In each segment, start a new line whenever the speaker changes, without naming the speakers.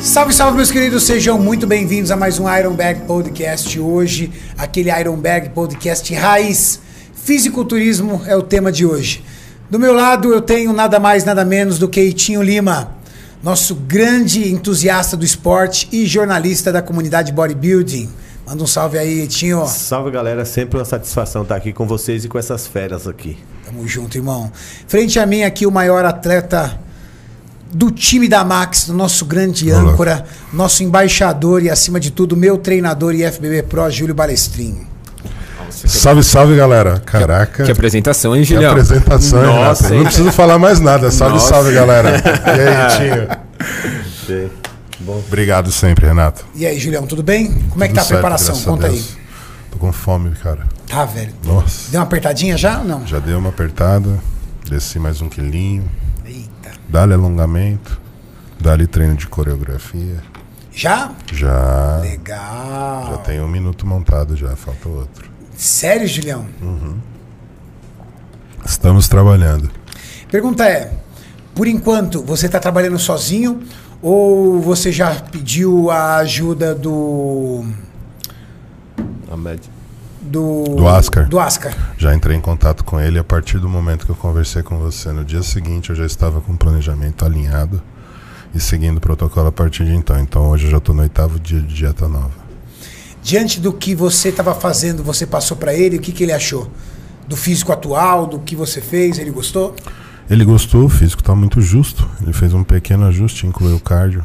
Salve, salve, meus queridos, sejam muito bem-vindos a mais um Iron Bag Podcast hoje, aquele Iron Bag Podcast raiz. Fisiculturismo é o tema de hoje. Do meu lado, eu tenho nada mais, nada menos do que Itinho Lima, nosso grande entusiasta do esporte e jornalista da comunidade bodybuilding. Manda um salve aí, Itinho.
Salve galera, É sempre uma satisfação estar aqui com vocês e com essas feras aqui.
Tamo junto, irmão. Frente a mim aqui, o maior atleta do time da Max, do nosso grande âncora, nosso embaixador e, acima de tudo, meu treinador e FBB Pro, Júlio Balestrinho.
Salve, salve, galera. Caraca.
Que apresentação, hein,
É. que
Julião?
apresentação, hein,
Nossa,
Renato? Não
hein?
preciso falar mais nada. Salve,
Nossa.
salve, galera. E aí, Tinho?
Bom,
Obrigado sempre, Renato.
E aí, Julião, tudo bem? Como é que
Tudo
tá a
certo,
preparação?
graças a
Conta
Deus.
aí.
Tô com fome, cara.
Tá, velho.
Nossa.
Deu uma apertadinha já ou não?
Já dei uma apertada. Desci mais um quilinho.
Eita.
Dá-lhe alongamento. Dá-lhe treino de coreografia.
Já?
Já.
Legal.
Já tem um minuto montado já. Falta outro.
Sério, Julião?
Estamos trabalhando.
Pergunta é: por enquanto, você tá trabalhando sozinho ou você já pediu a ajuda do.
a média.
Do.
Do Ascar.
Do Ascar.
Já entrei em contato com ele a partir do momento que eu conversei com você. No dia seguinte eu já estava com o planejamento alinhado e seguindo o protocolo a partir de então. Então hoje eu já estou no oitavo dia de dieta nova.
Diante do que você tava fazendo, você passou pra ele, o que, que ele achou? Do físico atual, do que você fez, ele gostou?
Ele gostou, o físico está muito justo. Ele fez um pequeno ajuste, incluiu o cardio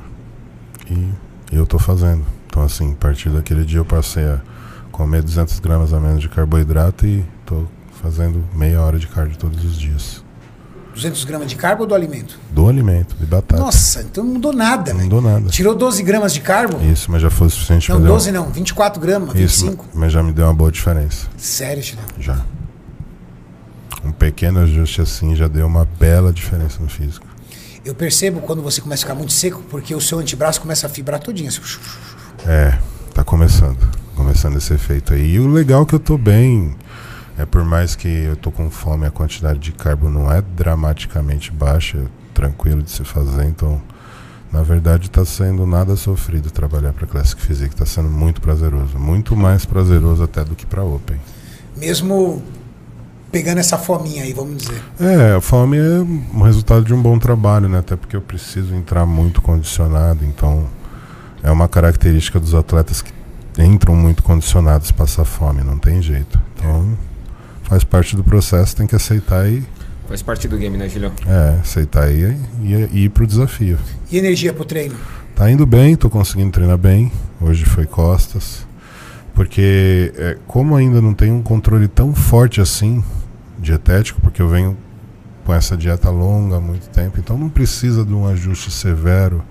e eu estou fazendo. Então assim, a partir daquele dia eu passei a comer 200 gramas a menos de carboidrato e estou fazendo meia hora de cardio todos os dias.
200 gramas de carbo ou do alimento?
Do alimento, de batata.
Nossa, então não mudou nada,
É. não
velho.
mudou nada.
Tirou 12 gramas de carbo?
Isso, mas já foi o suficiente
Não,
pra dar um-
12 não, 24 gramas,
Isso,
25.
mas já me deu uma boa diferença.
Sério, Julião.
Já. Um pequeno ajuste assim já deu uma bela diferença no físico.
Eu percebo quando você começa a ficar muito seco, porque o seu antebraço começa a fibrar todinho. assim.
É, tá começando. Começando esse efeito aí. E o legal é que eu tô bem. É por mais que eu tô com fome, a quantidade de carbo não é dramaticamente baixa, é tranquilo de se fazer, então. Na verdade, tá sendo nada sofrido trabalhar para Classic Physique, tá sendo muito prazeroso, muito mais prazeroso até do que para Open.
Mesmo pegando essa fominha aí, vamos dizer.
É, a fome é um resultado de um bom trabalho, né? Até porque eu preciso entrar muito condicionado, então é uma característica dos atletas que entram muito condicionados passar fome, não tem jeito. Então faz parte do processo, tem que aceitar e
Faz parte do game, né, Julião?
é, aceitar e, e- e ir pro desafio.
E energia pro treino?
Tá indo bem, tô conseguindo treinar bem. Hoje foi costas. Porque é, como ainda não tem um controle tão forte assim dietético, porque eu venho com essa dieta longa há muito tempo, então não precisa de um ajuste severo,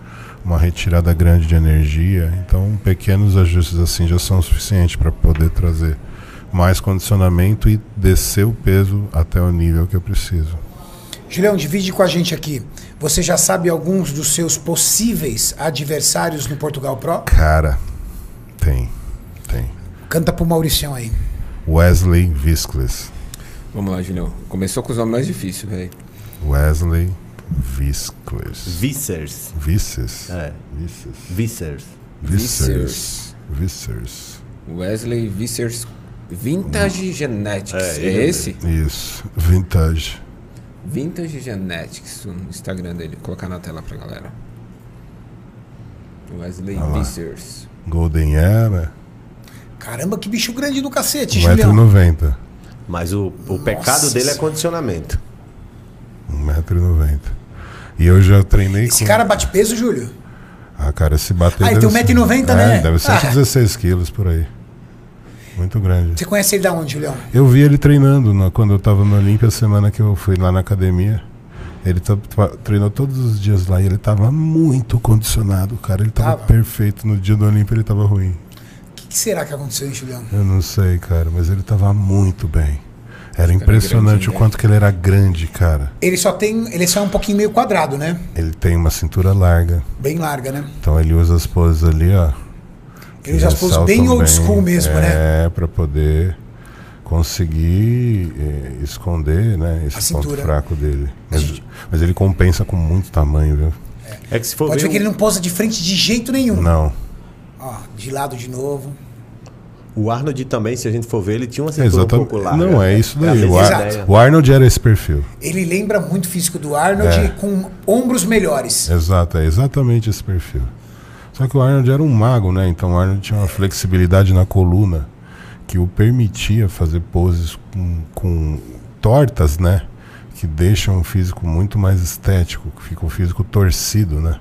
uma retirada grande de energia. Então pequenos ajustes assim já são suficientes para poder trazer mais condicionamento e descer o peso até o nível que eu preciso.
Julião, divide com a gente aqui. Você já sabe alguns dos seus possíveis adversários no Portugal Pro?
Cara, tem, tem.
Canta pro Mauricião aí.
Wesley Viscles.
Vamos lá, Julião. Começou com os nomes mais difíceis, velho.
Wesley Viscles.
Vicers.
Vices.
É.
Vices.
Vicers.
Vicers. Vicers.
Wesley Vissers
Hum.
Vintage Genetics.
É,
É,
ele
esse?
Isso. Vintage.
Vintage Genetics, no Instagram dele. Vou colocar na tela pra galera. Wesley
lá.
Vissers.
Golden Era.
Caramba, que bicho grande do cacete, Julião.
1,90m.
Mas o, o pecado dele é condicionamento.
1,90m. E eu já treinei
Esse
com...
cara bate peso, Júlio?
Ah, cara, se bater...
Ah, ele
deve
tem
ser-
1,90
é,
né?
deve ser
Ah.
uns 16 quilos por aí. Muito grande.
Você conhece ele da onde, Julião?
Eu vi ele treinando na- quando eu tava no Olímpia, semana que eu fui lá na academia. Ele tá- tá- treinou todos os dias lá e ele tava muito condicionado, cara. Ele tava,
Tava.
perfeito. No dia do Olímpia ele tava ruim.
O que, que será que aconteceu, hein, Julião?
Eu não sei, cara, mas ele tava muito bem. Era impressionante
grandinho,
o quanto que ele era grande, cara.
Ele só tem. Ele só é um pouquinho meio quadrado, né?
Ele tem uma cintura larga,
Bem larga, né?
então ele usa as poses ali, ó.
Ele já pôs
ressaltam
bem old school mesmo, né?
É, pra poder conseguir eh, esconder, né,
A
esse
cintura.
ponto fraco dele. Mas, mas ele compensa com muito tamanho, viu?
É que se for
Pode ver
ver,
que ele não posa de frente de jeito nenhum.
Não.
Ó, de lado de novo.
o Arnold também, se a gente for ver, ele tinha uma cintura um
Exatamente.
pouco larga.
Não, é isso
a
daí.
mesma
O, Ar-
ideia.
o Arnold era esse perfil.
Ele lembra muito o físico do Arnold com ombros melhores.
Exato, é exatamente esse perfil. Só que o Arnold era um mago, né? Então o Arnold tinha uma flexibilidade na coluna que o permitia fazer poses com, com tortas, né? Que deixam o físico muito mais estético, que fica o físico torcido, né?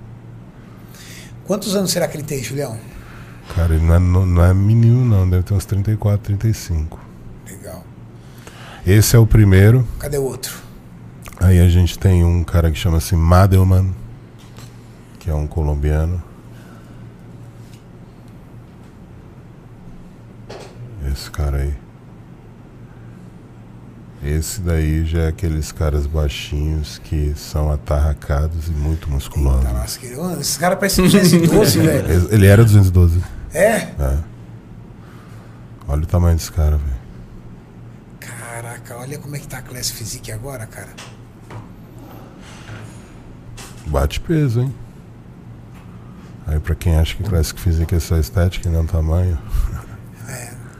Quantos anos será que ele tem, Julião?
Cara, ele não é, no- não é menino, não. Deve ter uns 34, 35.
Legal.
Esse é o primeiro.
Cadê o outro?
Aí a gente tem um cara que chama-se Madelman, que é um colombiano. Esse cara aí. Esse daí já é aqueles caras baixinhos que são atarracados e muito musculosos.
Tá, nossa, que- Mano, Esse cara parece 212, velho.
Ele- Ele era 212.
É?
Olha o tamanho desse cara, velho.
Caraca, olha como é que tá a classe physique agora, cara.
Bate peso, hein? Aí pra quem acha que Classic Physique é só estética e não tamanho.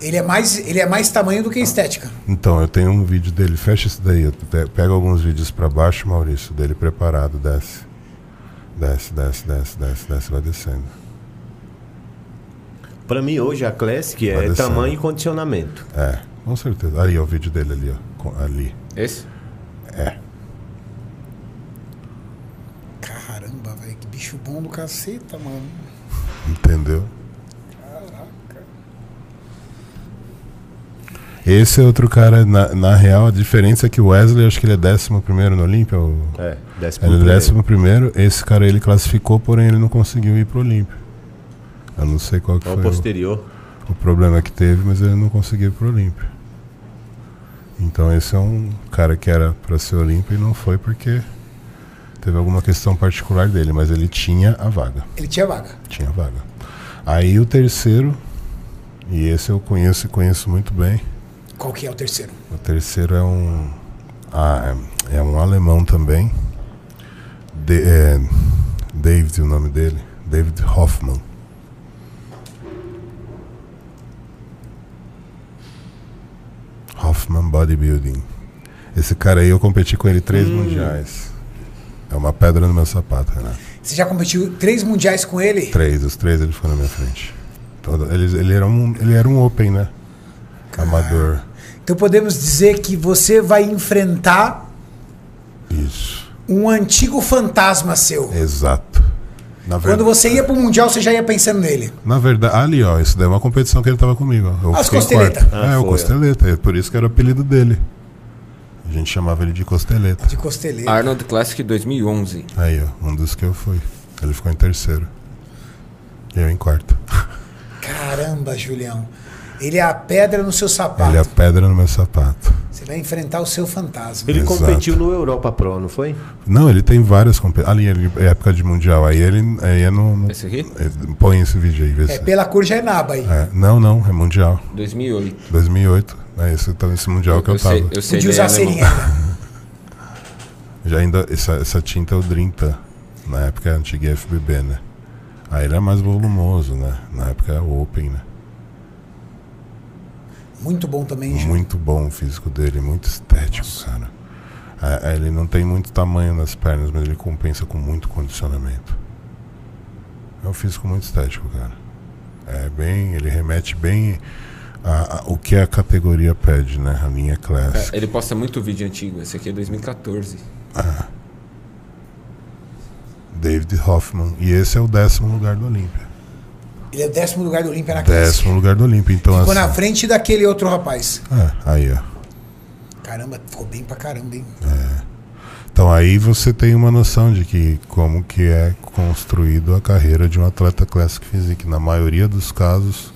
Ele é mais, ele é mais tamanho do que estética.
Então, eu tenho um vídeo dele, fecha isso daí. eu pe- Pega alguns vídeos pra baixo, Maurício, dele preparado, desce. Desce, desce, desce, desce, desce, vai descendo.
Pra mim, hoje, a Classic é
Vai descendo.
tamanho e condicionamento.
É, com certeza. Ali, ó, o vídeo dele ali, ó. com- Ali.
Esse?
Caramba, velho, que bicho bom do caceta, mano.
Entendeu? Esse é outro cara, na, na real, a diferença é que o Wesley, acho que ele é décimo primeiro no Olímpia. o-
É, décimo
Ele é
primeiro.
décimo primeiro, esse cara ele classificou, porém ele não conseguiu ir pro Olímpia. Eu não sei qual que
É o
foi o-
posterior.
o problema que teve, mas ele não conseguiu ir pro Olímpia. Então esse é um cara que era para ser Olímpia e não foi porque teve alguma questão particular dele, mas ele tinha a vaga,
Ele tinha vaga.
tinha a vaga. Aí o terceiro, e esse eu conheço e conheço muito bem.
Qual que é o terceiro?
O terceiro é um ah, é um alemão também. De- é, David o nome dele, David Hoffman. Hoffman Bodybuilding. Esse cara aí eu competi com ele três mundiais. É uma pedra no meu sapato, Renato.
Você já competiu três mundiais com ele?
Três, os três ele foi na minha frente. Todo- ele, ele era um, ele era um open, né? Amador.
Então podemos dizer que você vai enfrentar
Isso.
um antigo fantasma
É
seu.
Exato. Na
Quando
verda-
você ia pro mundial, você já ia pensando nele.
Na verdade, ali, ó, isso daí é uma competição que ele tava comigo. ó. Eu
Ah, os
fiquei em
Costeleta.
quarto.
Ah,
é,
foi,
o
ó.
Costeleta, é por isso que era o apelido dele. A gente chamava ele de Costeleta.
De costeleiro.
Arnold Classic 2011.
Aí, ó, um dos que eu fui. Ele ficou em terceiro. E eu em quarto.
Caramba, Julião. Ele é a pedra no seu sapato.
Ele é a pedra no meu sapato.
Você vai enfrentar o seu fantasma.
Ele
Exato.
competiu no Europa Pro, não foi?
Não, ele tem várias competições. Ali, ele, é época de Mundial. Aí ele aí é no. no-
Esse aqui?
é, põe esse vídeo aí, vê
É
se.
pela cor já é naba aí.
É, não, não, é Mundial.
2008.
2008. É esse, então, esse Mundial que eu,
eu
tava.
sei, eu sei
Podia
ler
usar a
alemão.
serinha ainda.
Já ainda, essa, essa tinta é o Drinta. Na época é a antiga FBB, né? Aí ele é mais volumoso, né? Na época é o Open, né?
Muito bom também, Ju.
Muito bom o físico dele, muito estético, cara. A- a- Ele não tem muito tamanho nas pernas, mas ele compensa com muito condicionamento. É um físico muito estético, cara. É bem, ele remete bem a, a- o que a categoria pede, né? A linha clássica.
É, Ele posta muito vídeo antigo. Esse aqui é 2014.
é-
David Hoffman. E esse é o décimo lugar do Olímpia.
Ele é o décimo lugar do Olímpia na classe.
Décimo lugar do Olímpia, então
Ficou na
assim.
frente daquele outro rapaz.
É, aí, ó.
Caramba, ficou bem pra caramba, hein?
Então aí você tem uma noção de que como que é construído a carreira de um atleta Classic Physique. Na maioria dos casos,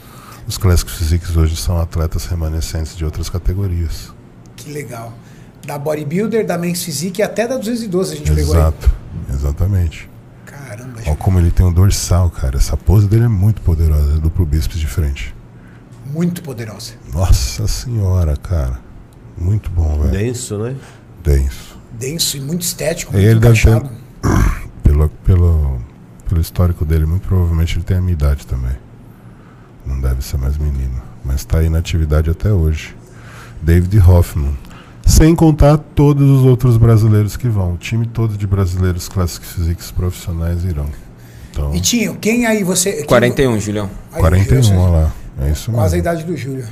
os Classic Physiques hoje são atletas remanescentes de outras categorias.
Que legal. Da bodybuilder, da men's physique e até da 212 a gente pegou aí.
Exato, exatamente.
Caramba,
Olha
Ju.
como ele tem o dorsal, cara. Essa pose dele é muito poderosa, é duplo bíceps de frente.
Muito poderosa.
Nossa senhora, cara. Muito bom, velho.
Denso, né?
Denso.
Denso e muito estético,
Aí
muito
ele deve ter-
encaixado.
Pelo pelo, pelo, pelo histórico dele, muito provavelmente ele tem a minha idade também. Não deve ser mais menino. Mas está aí na atividade até hoje. David Hoffman. Sem contar todos os outros brasileiros que vão. O time todo de brasileiros Classic Physics profissionais irão. Então,
E tinha, quem aí você. quem-
41, Julião.
aí,
41,
você-
olha lá. É isso
Quase a
mesmo.
idade do Júlio.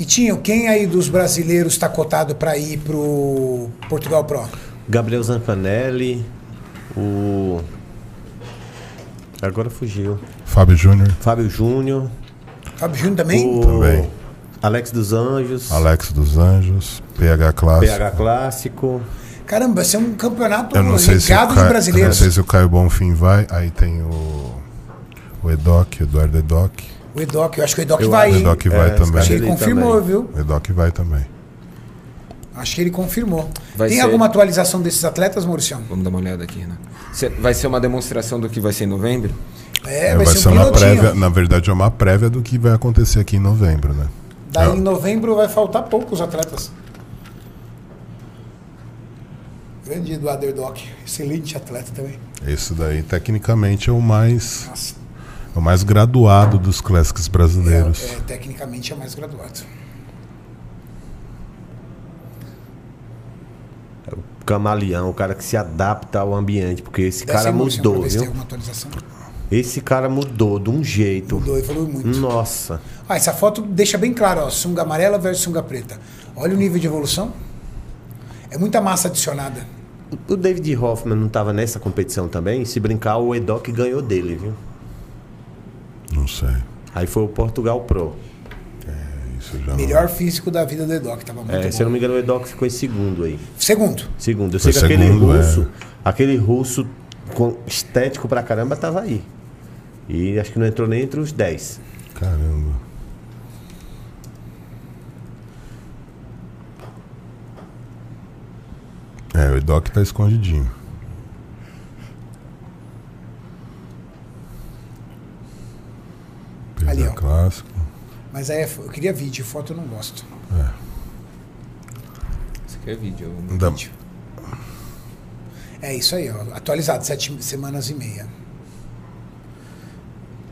E tinha, quem aí dos brasileiros está cotado para ir pro Portugal Pro?
Gabriel Zampanelli, o. Agora fugiu.
Fábio Júnior,
Fábio Júnior,
Fábio Júnior também?
o.
Também.
Alex dos Anjos,
Alex dos Anjos, PH Clássico.
PH Clássico.
Caramba, isso é um campeonato
Eu não sei se o
ligado
Ca-
de
eu não
brasileiros.
sei se o Caio Bonfim vai. Aí tem o, o Edoc, Eduardo Edoc.
O Edoc, eu acho que o Edoc
Eu
vai.
O
acho
hein?
Edoc tá vai
É,
também.
Acho que
Ele
ele confirmou,
também.
viu?
O Edoc vai também.
Acho que ele confirmou.
Vai
Tem
ser.
alguma atualização desses atletas, Mauricião?
Vamos dar uma olhada aqui, Renato. Cê- Vai ser uma demonstração do que vai ser em novembro?
É,
É,
vai, ser um
uma
pilotinho.
prévia, na verdade é uma prévia do que vai acontecer aqui em novembro, né?
Daí
É.
em novembro vai faltar poucos atletas. Grande Eduardo Erdoc, excelente atleta também.
Esse daí tecnicamente é o mais
Nossa,
é o mais graduado dos clássicos brasileiros.
é, é, tecnicamente é mais graduado.
O camaleão, o cara que se adapta ao ambiente, porque esse
Desce
cara
aí, Maurício, pra
mudou,
ver se Tem
viu?
alguma atualização.
Esse cara mudou de um jeito.
Mudou, evoluiu muito.
Hum. Nossa.
Ah, essa foto deixa bem claro, ó, sunga amarela versus sunga preta. Olha o nível de evolução. É muita massa adicionada.
O David Hoffman não tava nessa competição também? Se brincar, o Edoc ganhou dele, viu?
Não sei.
Aí foi o Portugal Pro.
Isso eu já não-
Melhor físico da vida do Edoc, tava muito
É,
bom.
se eu não me engano, o Edoc ficou em segundo aí.
Segundo.
Segundo. Eu
Foi
sei que aquele
segundo, é.
russo, aquele russo com- estético pra caramba tava aí. E acho que não entrou nem entre os 10.
Caramba. É, o Edoc tá escondidinho.
Ali,
Perda
ó.
clássico.
Mas aí é fo- eu queria vídeo, foto eu não gosto.
Isso aqui é vídeo.
Ainda-
É isso aí, ó. Atualizado, sete semanas e meia.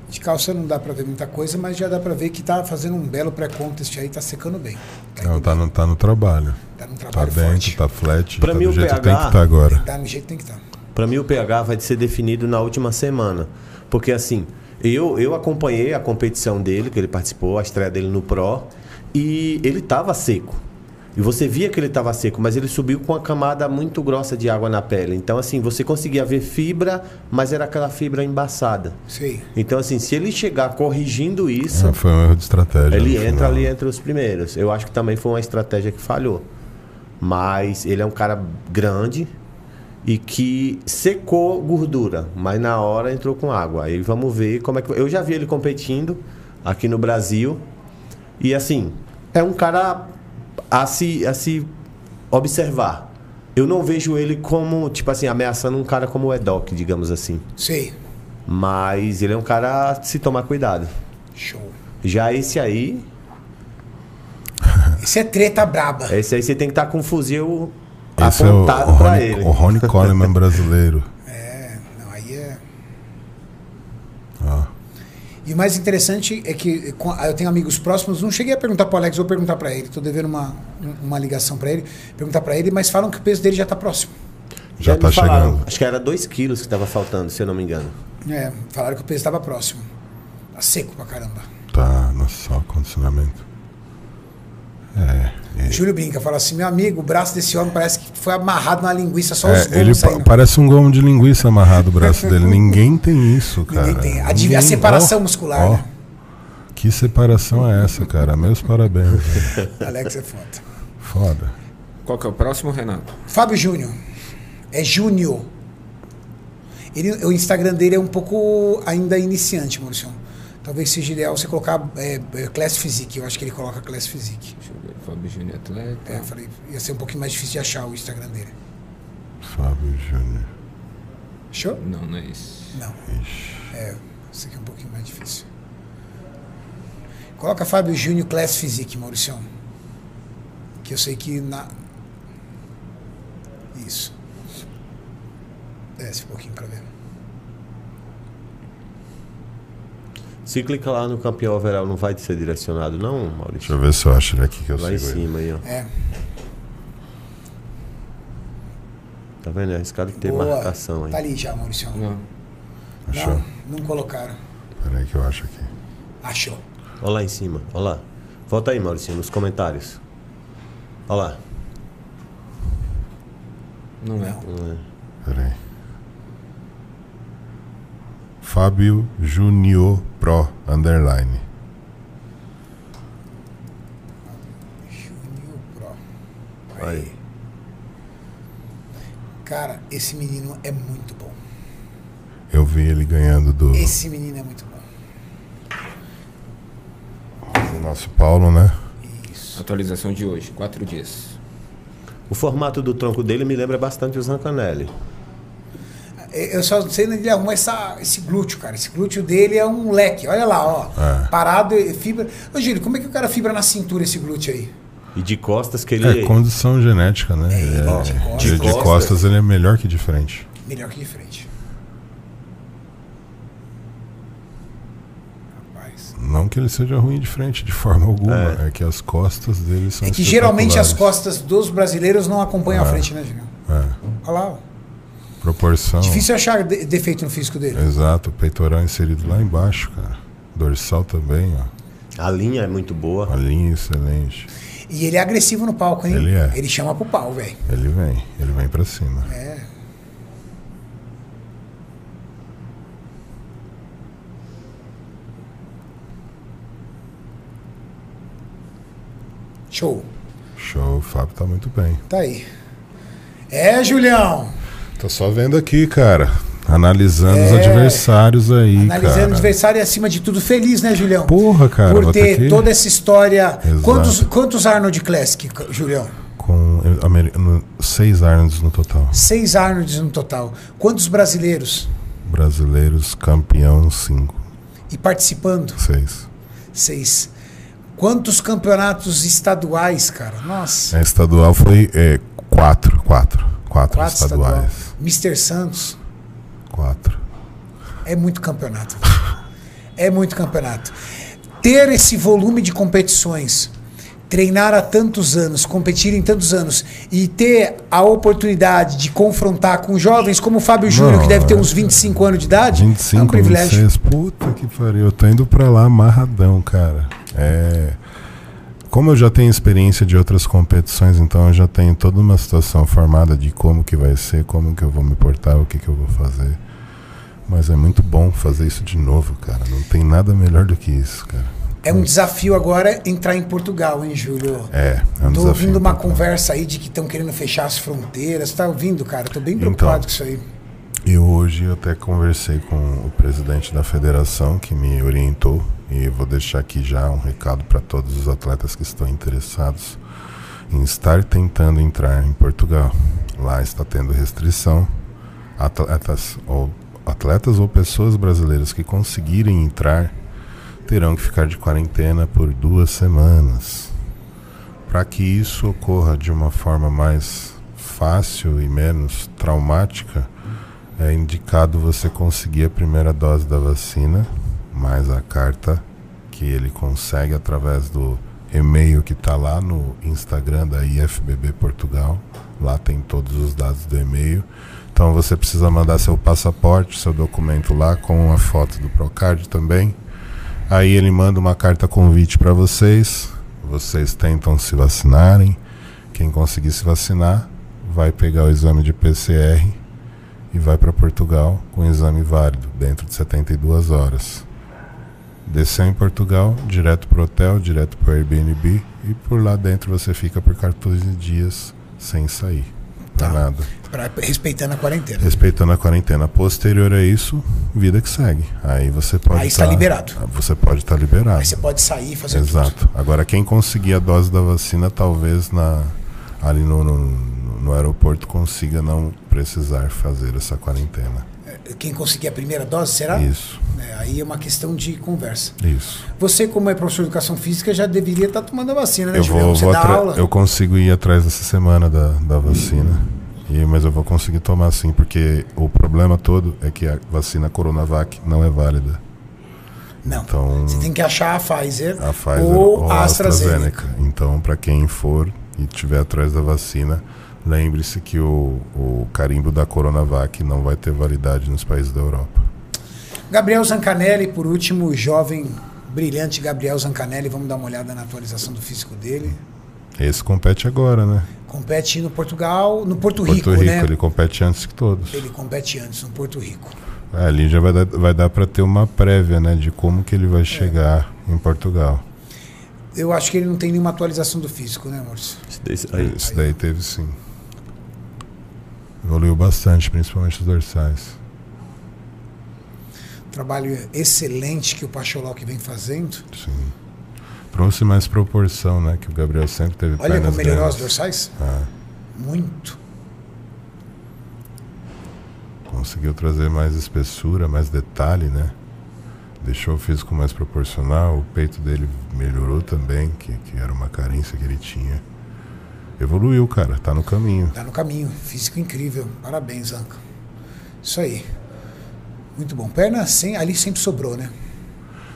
De calça não dá pra ver muita coisa, mas já dá pra ver que tá fazendo um belo pré-contest aí, tá secando bem. Tá,
Não,
indo
tá no, tá no trabalho.
bem, tá num
Tá
trabalho
dentro,
forte.
tá flat,
Pra
tá
mim,
do
o
jeito que tem que
PH
tá agora.
Tá no jeito que tem que estar.
Pra mim, o PH vai ser definido na última semana. Porque, assim, eu, eu acompanhei a competição dele, que ele participou, a estreia dele no Pro, e ele tava seco. E você via que ele tava seco, mas ele subiu com uma camada muito grossa de água na pele. Então, assim, você conseguia ver fibra, mas era aquela fibra embaçada.
Sei.
Então, assim, se ele chegar corrigindo isso,
Ah, foi um erro de estratégia.
ele
no
entra
final.
ali entre os primeiros. Eu acho que também foi uma estratégia que falhou. Mas ele é um cara grande e que secou gordura, mas na hora entrou com água. Aí vamos ver como é que. Eu já vi ele competindo aqui no Brasil. E assim, é um cara a se, a se observar. Eu não vejo ele como, tipo assim, ameaçando um cara como o Edoc, digamos assim.
Sei.
Mas ele é um cara a se tomar cuidado.
Show.
Já esse aí,
Isso é treta braba.
Esse aí você tem que estar com um fuzil
Esse é o,
apontado
o,
pra
Rony,
ele.
o Rony Coleman brasileiro.
Não, aí é.
Ó.
E o mais interessante é que com- eu tenho amigos próximos, não cheguei a perguntar pro Alex, vou perguntar pra ele. Tô devendo uma, um- uma ligação pra ele, perguntar pra ele, mas falam que o peso dele já tá próximo.
Já
me
tá
falaram,
chegando.
Acho que era 2 quilos que tava faltando, se eu não me engano.
É, falaram que o peso tava próximo. Tá seco pra caramba.
Tá, nossa, só condicionamento.
O Júlio brinca, fala assim: meu amigo, o braço desse homem parece que foi amarrado na linguiça, só os
É, ele
gomos
pa-
saindo.
parece um gomo de linguiça amarrado o braço dele. Ninguém tem isso, cara.
Ninguém tem. A, div- a
Ninguém-
separação
ó,
muscular,
ó.
né?
que separação é essa, cara? Meus parabéns. velho.
Alex é foda.
Foda.
Qual que é o próximo, Renato?
Fábio Júnior. É Júnior. Ele, o Instagram dele é um pouco ainda iniciante, Maurício. Talvez seja ideal você colocar é, é, Class Physique. Eu acho que ele coloca Class Physique.
Deixa eu ver. Fábio Júnior Atleta.
É, eu falei, ia ser um pouquinho mais difícil de achar o Instagram dele.
Fábio Júnior.
Show?
Não, não é isso.
Não. É, isso aqui é um pouquinho mais difícil. Coloca Fábio Júnior Class Physique, Maurício. Que eu sei que na. Isso. Desce um pouquinho pra ver.
Cíclica lá no campeão overall não vai ser direcionado, não,
Deixa eu
Maurício?
ver se eu acho ele aqui que eu
Lá em
sigo ele.
cima aí, ó.
É.
Tá vendo? É arriscado que tem
Boa.
marcação aí.
Tá ali já, Maurício. Não,
Não.
Achou?
não colocaram.
Peraí que eu acho aqui.
Achou.
Olha lá em cima, olha lá. Volta aí, Maurício, nos comentários. Olha lá.
Não é.
Peraí. Fábio Junior Pro Underline.
Juninho Pro.
Aí.
Cara, esse menino é muito bom.
Eu vi ele ganhando do,
Esse menino é muito bom.
do nosso Paulo, né?
Isso.
Atualização de hoje, quatro dias.
O formato do tronco dele me lembra bastante o Zancanelli.
É, Eu só não sei onde ele arruma essa, esse glúteo, cara. Esse glúteo dele é um leque. Olha lá, ó.
É.
Parado, e fibra. Ô, Júlio, como é que o cara fibra na cintura esse glúteo aí?
E de costas que ele.
É condição genética, né?
É,
Ele
de
é-
costas.
de, de
De costas.
costas ele é melhor que de frente.
Melhor que de frente. Rapaz.
Não que ele seja ruim de frente de forma alguma, é, que as costas dele são
É que geralmente as
espetaculares.
costas dos brasileiros não acompanham a frente, né, Júlio?
É,
Olha lá, ó.
proporção.
Difícil achar de- defeito no físico
É.
dele.
Exato, peitoral inserido lá embaixo, cara. Dorsal também, ó.
A linha é muito boa.
A linha excelente.
E ele é agressivo no palco, hein?
Ele é.
Ele chama pro pau, velho.
Ele vem, ele vem pra cima.
É. Show.
Show, o Fábio tá muito bem.
Tá aí. É, Julião.
Tô só vendo aqui, cara. Analisando os
É.
adversários aí,
Analisando o
cara.
adversário e acima de tudo feliz, né, Julião?
Porra, cara,
Por
vou
ter
ter que-
toda essa história.
Exato.
Quantos, quantos Arnold Classic, Julião?
Com eh, amer- no- seis Arnolds no total.
Seis Arnolds no total. Quantos brasileiros?
Brasileiros, campeão, cinco.
E participando?
Seis.
Seis. Quantos campeonatos estaduais, cara? Nossa.
A É, estadual foi eh, quatro, quatro. Quatro
Quatro
É, estaduais.
estaduais. Mr. Santos
Quatro.
é muito campeonato. é muito campeonato. Ter esse volume de competições, treinar há tantos anos, competir em tantos anos e ter a oportunidade de confrontar com jovens como o Fábio Júnior, que deve
é
ter uns 25 anos de idade, é um
25,
privilégio.
26. Puta que pariu. Eu tô indo pra lá amarradão, cara. É. Como eu já tenho experiência de outras competições, então eu já tenho toda uma situação formada de como que vai ser, como que eu vou me portar, o que que eu vou fazer. Mas é muito bom fazer isso de novo, cara. Não tem nada melhor do que isso, cara.
É um desafio agora entrar em Portugal, hein, Júlio?
É, é um
Tô
desafio.
ouvindo uma
importante.
conversa aí de que estão querendo fechar as fronteiras. Tá ouvindo, cara? Tô bem preocupado com
Então.
isso aí.
Eu hoje até conversei com o presidente da federação que me orientou e eu vou deixar aqui já um recado para todos os atletas que estão interessados em estar tentando entrar em Portugal. Lá está tendo restrição. Atletas ou, atletas ou pessoas brasileiras que conseguirem entrar terão que ficar de quarentena por duas semanas. Para que isso ocorra de uma forma mais fácil e menos traumática, é indicado você conseguir a primeira dose da vacina, mais a carta que ele consegue através do e-mail que está lá no Instagram da IFBB Portugal. Lá tem todos os dados do e-mail. Então você precisa mandar seu passaporte, seu documento lá com a foto do Procard também. Aí ele manda uma carta convite para vocês. Vocês tentam se vacinarem. Quem conseguir se vacinar vai pegar o exame de PCR e vai para Portugal com exame válido dentro de 72 horas. Desceu em Portugal, direto para hotel, direto para Airbnb e por lá dentro você fica por 14 dias sem sair.
Tá.
Pra nada.
Pra, respeitando a quarentena.
Respeitando a quarentena posterior a isso, vida que segue. Aí você pode
Aí está
tá-
liberado.
Você pode estar liberado.
Aí você pode sair e fazer tudo.
Exato. Agora, quem conseguir a dose da vacina, talvez na, ali no, no, no aeroporto consiga não precisar fazer essa quarentena.
Quem conseguir a primeira dose, será?
Isso,
É, aí é uma questão de conversa.
isso.
Você, como é professor de educação física, já deveria estar tomando a vacina, né,
Eu
Julião?
vou,
Você
vou
dá
atra-
aula.
eu consigo ir atrás dessa semana da, da vacina. E, mas eu vou conseguir tomar sim, porque o problema todo é que a vacina Coronavac não é válida.
Não.
Então-
Você tem que achar a Pfizer,
A Pfizer
ou, a AstraZeneca.
AstraZeneca. Então, para quem for e estiver atrás da vacina, lembre-se que o, o carimbo da Coronavac não vai ter validade nos países da Europa.
Gabriel Zancanelli, por último, o jovem, brilhante Gabriel Zancanelli. Vamos dar uma olhada na atualização do físico dele.
Esse compete agora, né?
Compete no Portugal, no Porto Rico,
Porto Rico,
né?
ele compete antes que todos.
Ele compete antes no Porto Rico.
Ah, Ali já vai dar, vai dar para ter uma prévia, né, de como que ele
É.
vai chegar em Portugal.
Eu acho que ele não tem nenhuma atualização do físico, né, Maurício?
Isso daí- isso aí.
Isso daí teve sim. Evoluiu bastante, principalmente os dorsais.
Trabalho excelente que o Pacholó que vem fazendo.
Sim. Trouxe mais proporção, né? Que o Gabriel sempre teve
Olha
pernas
como melhorou
grandes. Ah.
as dorsais. Muito.
Conseguiu trazer mais espessura, mais detalhe, né? Deixou o físico mais proporcional, o peito dele melhorou também, que, que era uma carência que ele tinha. Evoluiu, cara, tá no caminho.
Tá no caminho. Físico incrível. Parabéns, Anca. Isso aí. Muito bom. Perna sem, ali sempre sobrou, né?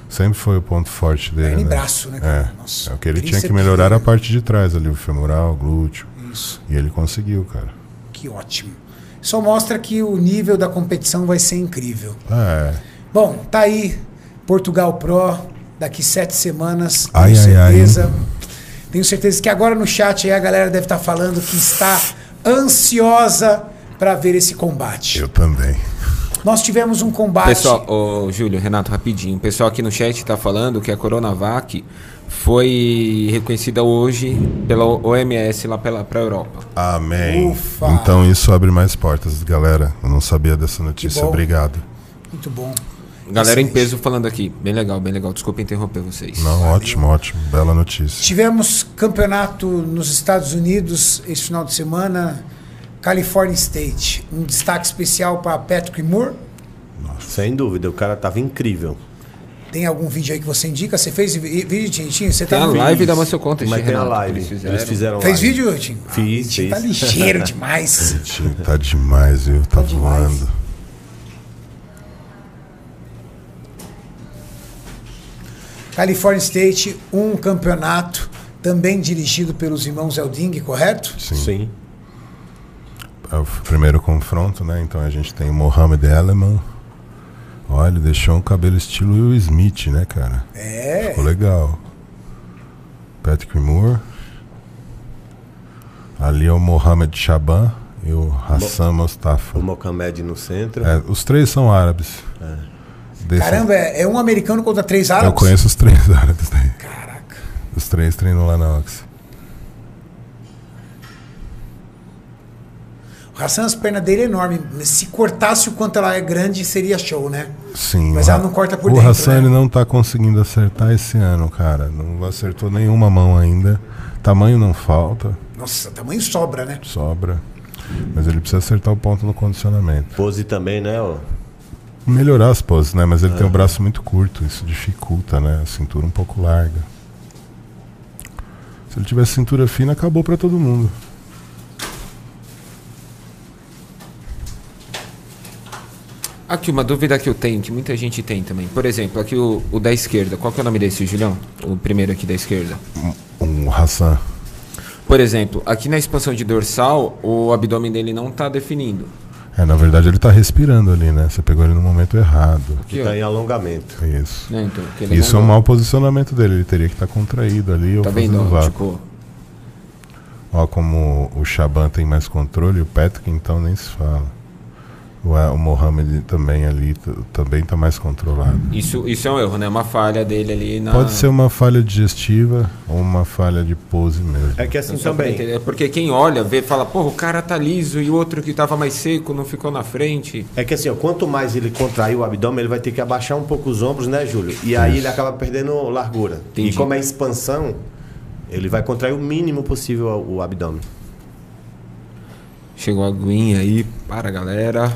Sempre foi o ponto forte dele.
Perna e
né?
braço, né? cara?
É.
Nossa,
É o que ele tinha que
tríceps,
melhorar
né?
a parte de trás ali, o femoral, o glúteo.
Isso.
E ele conseguiu, cara.
Que ótimo. Só mostra que o nível da competição vai ser incrível.
Ah, é.
Bom, tá aí. Portugal Pro, daqui sete semanas. Tenho
Ai, ai, ai,
certeza. tenho certeza que agora no chat aí a galera deve estar falando que está ansiosa para ver esse combate.
Eu também.
Nós tivemos um combate.
Pessoal, ô, Júlio, Renato, rapidinho. O pessoal aqui no chat tá falando que a Coronavac foi reconhecida hoje pela OMS lá pela, pra Europa.
Amém.
Ufa.
Então isso abre mais portas, galera. Eu não sabia dessa notícia.
bom.
Obrigado.
Muito bom.
Galera em
Excelente.
peso falando aqui. Bem legal, bem legal. Desculpa interromper vocês.
Não, ótimo, ótimo. Bela notícia.
Tivemos campeonato nos Estados Unidos esse final de semana, California State. Um destaque especial para Patrick Moore.
Sem dúvida, o cara tava incrível.
Tem algum vídeo aí que você indica? Você fez vi- vídeo, Tintin? Você
Tem
tá
a
no...
live da Muscle Contest,
Mas tem é a
Renato, que
live.
eles fizeram.
Eles fizeram
Fez
live.
vídeo, Tim?
Fiz,
Tim Tá
fiz.
ligeiro demais.
Tio, Tá demais, viu? Tá
demais.
voando.
California State, um campeonato também dirigido pelos irmãos Elding, correto?
Sim.
Sim.
É o primeiro confronto, né? Então a gente tem o Mohamed Aleman. Olha, ele deixou um cabelo estilo Will Smith, né, cara?
É.
Ficou legal. Patrick Moore. Ali é o Mohamed Shaban e o Hassan Mostafa.
O Mohamed no centro.
É, os três são árabes. Desse-
é. Caramba, é é um americano contra três
Eu
árabes?
conheço os três árabes daí.
Caraca.
Os três treinam lá na Ox.
O Hassan, as pernas dele é enorme. Se cortasse o quanto ela é grande, seria show, né?
Sim.
Mas
o
ela
Ha-
não corta por
o
dentro,
Hassan
né?
ele não tá conseguindo acertar esse ano, cara. Não acertou nenhuma mão ainda. Tamanho não falta,
Nossa, tamanho sobra, né?
sobra. Mas ele precisa acertar o ponto no condicionamento.
Pose também, né? ó.
Melhorar as poses, né? Mas ele
É.
tem o braço muito curto, isso dificulta, né? A cintura um pouco larga. Se ele tivesse cintura fina, acabou pra todo mundo.
Aqui, uma dúvida que eu tenho, que muita gente tem também. Por exemplo, aqui o, o da esquerda. Qual que é o nome desse, Julião? O primeiro aqui da esquerda.
Um Hassan.
Por exemplo, aqui na expansão de dorsal, o abdômen dele não tá definindo.
É, na verdade ele tá respirando ali, né? Você pegou ele no momento errado. É
Aqui,
Que
ó.
tá em alongamento.
Isso.
Né, então, que ele
Isso é
não-
um mau posicionamento dele. Ele teria que estar contraído ali ou
Tá
fazendo
vendo? ó,
vácuo.
Tipo,
Ó, como o Shaban tem mais controle, o Patrick então nem se fala. O, o Mohamed também ali t- também tá mais controlado.
isso, isso é um erro, né? Uma falha dele ali na.
Pode ser uma falha digestiva ou uma falha de pose mesmo.
É que assim
Não sei pra
também.
entender. É porque quem olha, vê, fala, porra, o cara tá liso e o outro que tava mais seco não ficou na frente.
É que assim, ó, quanto mais ele contrair o abdômen, ele vai ter que abaixar um pouco os ombros, né, Júlio? E aí ele acaba perdendo largura.
Entendi.
E como é expansão, ele vai contrair o mínimo possível o o abdômen.
Chegou a aguinha aí para a galera.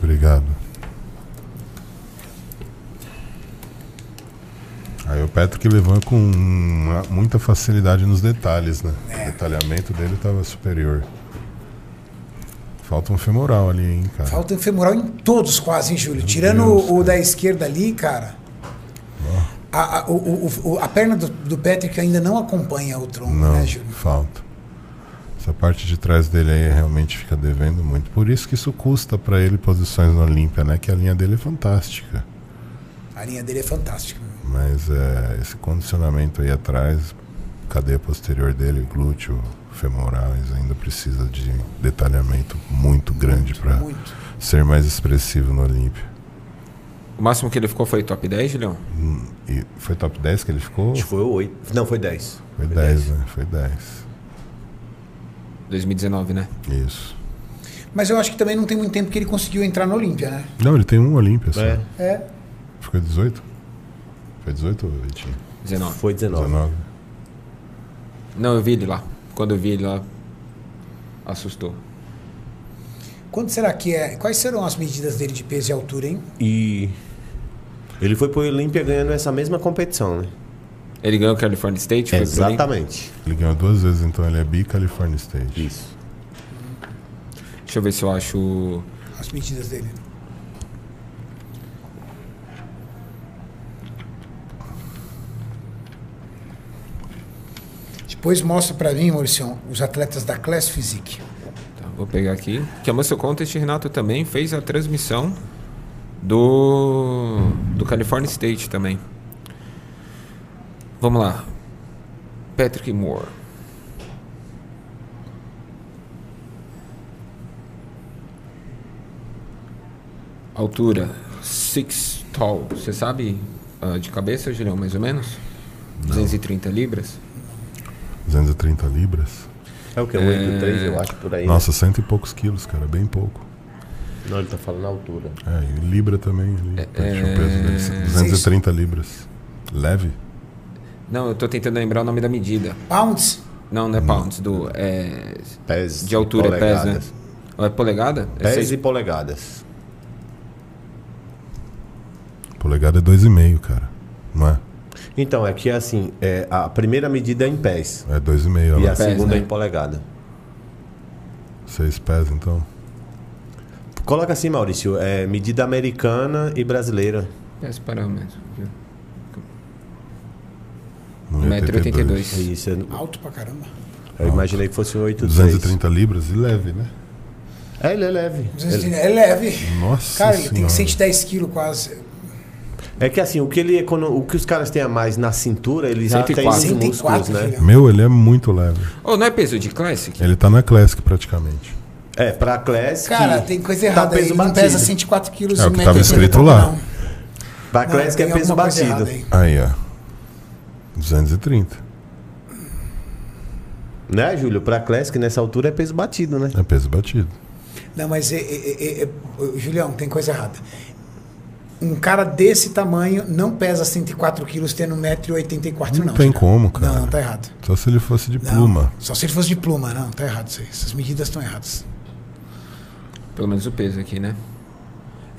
Obrigado. Aí o Patrick levou com uma- muita facilidade nos detalhes, né? O detalhamento dele estava superior. Falta um femoral ali, hein, cara.
Falta um femoral em todos quase, hein, Júlio? Tirando
Deus, Ah.
o, o da esquerda ali, cara. A, a- o- o- o- a perna do, do Patrick ainda não acompanha o tronco,
Não,
né, Júlio?
falta. Essa parte de trás dele aí realmente fica devendo muito. Por isso que isso custa pra ele posições no Olímpia, né? Que a linha dele é fantástica.
A linha dele é fantástica.
Mas é, esse condicionamento aí atrás, cadeia posterior dele, glúteo, femorais, ainda precisa de detalhamento muito grande pra
Muito.
ser mais expressivo no Olímpia.
O máximo que ele ficou foi top 10, Julião?
E foi top 10 que ele ficou?
Acho que foi oito. Não, foi dez.
Foi 10, né? Foi 10.
2019, né?
Isso.
Mas eu acho que também não tem muito tempo que ele conseguiu entrar na Olímpia, né?
Não, ele tem um Olímpia só.
É,
É.
Ficou 18? Foi 18 ou 20?
19.
foi 19.
19.
Não, eu vi ele lá. Quando eu vi ele lá, assustou.
Quanto será que é? Quais serão as medidas dele de peso e altura, hein?
E ele foi pro Olímpia ganhando essa mesma competição, né?
Ele ganhou o California State? foi pro Tipo, Olímpia?
Exatamente.
Ele ganhou duas vezes, então ele é bi-California State.
Isso.
Deixa eu ver se eu acho.
As medidas dele. Depois mostra pra mim, Maurício, os atletas da Class Physique.
Tá, vou pegar aqui. Que a Muscle Contest, Renato, também fez a transmissão do, do California State também. Vamos lá. Patrick Moore. Altura, six tall. Você sabe ah, de cabeça, Julião, mais ou menos? 230 libras?
230 libras?
É o que? Um 8 3, eu acho, por aí. né?
Nossa, cento e poucos quilos, cara. Bem pouco.
Não, ele tá falando na altura.
É, e libra também. Ele tá perde o peso dele. 230 libras. Leve?
Não, eu tô tentando lembrar o nome da medida.
Pounds?
Não, não é pounds, do. É,
Pés
de altura é pés, né?
polegadas.
Ou é polegada? É
Pés
seis-
e polegadas.
Polegada é 2,5, cara. Não é?
Então, é que assim, é, a primeira medida é em pés.
É 2,5.
E
olha
a
lá.
Pés,
segunda
né?
é em polegada.
Seis pés, então.
Coloca assim, Maurício, é, medida americana e brasileira.
Pés parâmetros. é viu?
1,82.
É Isso, eu,
Alto pra caramba.
eu imaginei que fosse um 8 3.
230 libras e leve, né?
É, ele é leve. Ele-
É leve.
Nossa
Cara, ele
senhora.
tem 110 quilos quase.
É que assim, o que, ele econo- o que os caras têm a mais na cintura, eles já têm
104.
nos músculos,
104,
né?
filhão.
Meu, ele é muito leve.
Ou não é peso de classic?
Ele tá na Classic praticamente.
É, pra Classic.
Cara, tem coisa errada
tá
aí.
peso
Ele não
batido.
pesa 104 quilos
É
e
o que
1,80
tava escrito lá.
não.
Pra
Não,
Classic
tem
é peso
alguma coisa
batido.
errada aí.
Aí, ó. 230.
Né, Júlio? Pra Classic nessa altura é peso batido, né?
É peso batido.
Não, mas, é, é, é, é, ô, Julião, tem coisa errada. Um cara desse tamanho não pesa 104 quilos tendo 1,84m, não.
Não tem
Julião.
como, cara.
Não, tá errado.
Só se ele fosse de
Não,
pluma.
Só se ele fosse de pluma, não, tá errado isso aí. Essas medidas estão erradas.
Pelo menos o peso aqui, né?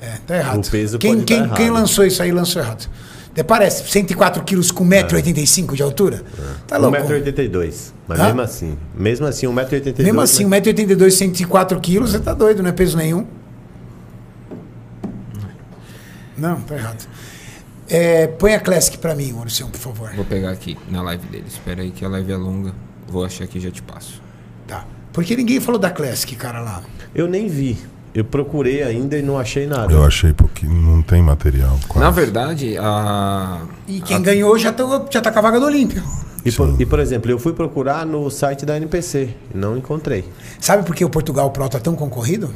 É, tá errado.
O peso
quem,
pode
quem,
dar errado.
quem lançou isso aí lançou errado. Até parece, 104 quilos com 1,85m de altura?
É.
Tá louco.
1,82m. Mas
Hã?
mesmo assim. Mesmo assim, 1,82m.
Mesmo assim, 1,82m, 104 quilos, você tá doido, não é peso nenhum. Não, tá errado. É, põe a Classic pra mim, Maurício, por favor.
Vou pegar aqui na live dele. Espera aí que a live é longa. Vou achar aqui e já te passo.
Tá. Porque ninguém falou da Classic, cara, lá.
Eu nem vi. Eu procurei ainda e não achei nada.
Eu achei pouquinho. Não tem material. Quase.
Na verdade, a.
E
Ah.
quem ganhou já tá, já tá com a vaga do Olímpio.
E por,
Sim.
e, por exemplo, eu fui procurar no site da NPC. Não encontrei.
Sabe por que o Portugal Pro tá tão concorrido?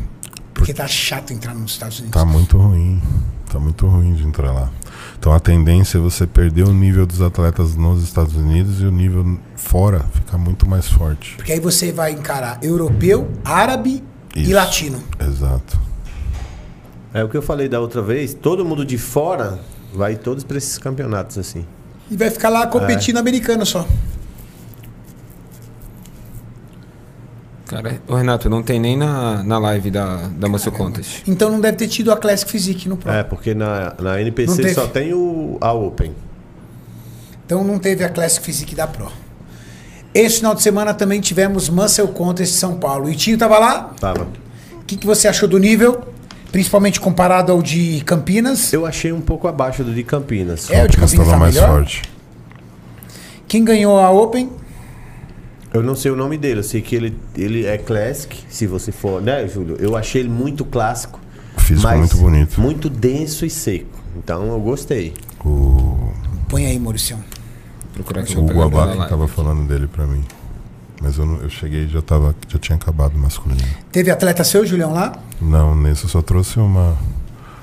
Porque tá chato entrar nos Estados Unidos.
Tá muito ruim. Tá muito ruim de entrar lá. Então a tendência é você perder o nível dos atletas nos Estados Unidos e o nível fora fica muito mais forte.
Porque aí você vai encarar europeu, árabe
Isso.
e latino.
Exato.
É o que eu falei da outra vez. Todo mundo de fora vai todos pra esses campeonatos assim.
E vai ficar lá
É.
competindo americano só.
Cara, ô Renato, não tem nem na, na live da, da Muscle Contest.
Então não deve ter tido a Classic Physique no Pro.
É, porque na, na
Ah. Não
NPC
teve.
só tem o, a Open.
Então não teve a Classic Physique da Pro. Esse final de semana também tivemos Muscle Contest São Paulo. E Tinho tava lá?
Tava.
Que que, que você achou do nível? Principalmente comparado ao de Campinas.
Eu achei um pouco abaixo do de Campinas.
É, o de
Mas
Campinas
estava
tá
mais
melhor.
forte.
Quem ganhou a Open?
Eu não sei o nome dele, eu sei que ele, ele é classic, se você for, né, Júlio? Eu achei ele muito clássico.
Físico é
mas
muito bonito.
Muito denso e seco. Então eu gostei.
O
Põe aí, Maurício.
Procurar aqui,
o
vou
Hugo
pegar
Abac
lá.
estava falando dele pra mim. Mas eu, não- eu cheguei e já, tava, já tinha acabado o masculino.
Teve atleta seu, Julião, lá?
Não, nesse eu só trouxe uma.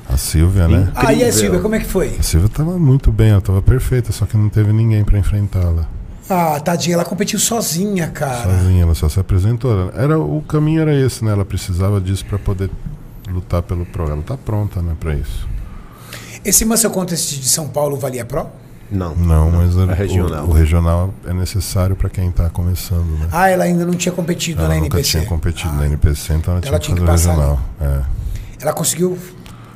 A Silvia, né?
Ah, e a
Incrível.
Silvia, como é que foi?
A Silvia tava muito bem, ela tava perfeita, só que não teve ninguém pra enfrentá-la.
Ah, tadinha, ela competiu sozinha, cara.
Sozinha, assim, ela só se apresentou. né? Era, o caminho era esse, né? Ela precisava disso pra poder lutar pelo pro. Ela tá pronta, né, pra isso.
Esse Muscle Contest de São Paulo valia pro?
Não.
Não, mas
é
era-
regional.
O, o regional é necessário pra quem tá começando, né?
Ah, ela ainda não tinha competido na
ela nunca
NPC.
tinha competido na NPC, então ela
Então
tinha,
ela
que
tinha que
fazer o
passar,
regional. É.
Ela conseguiu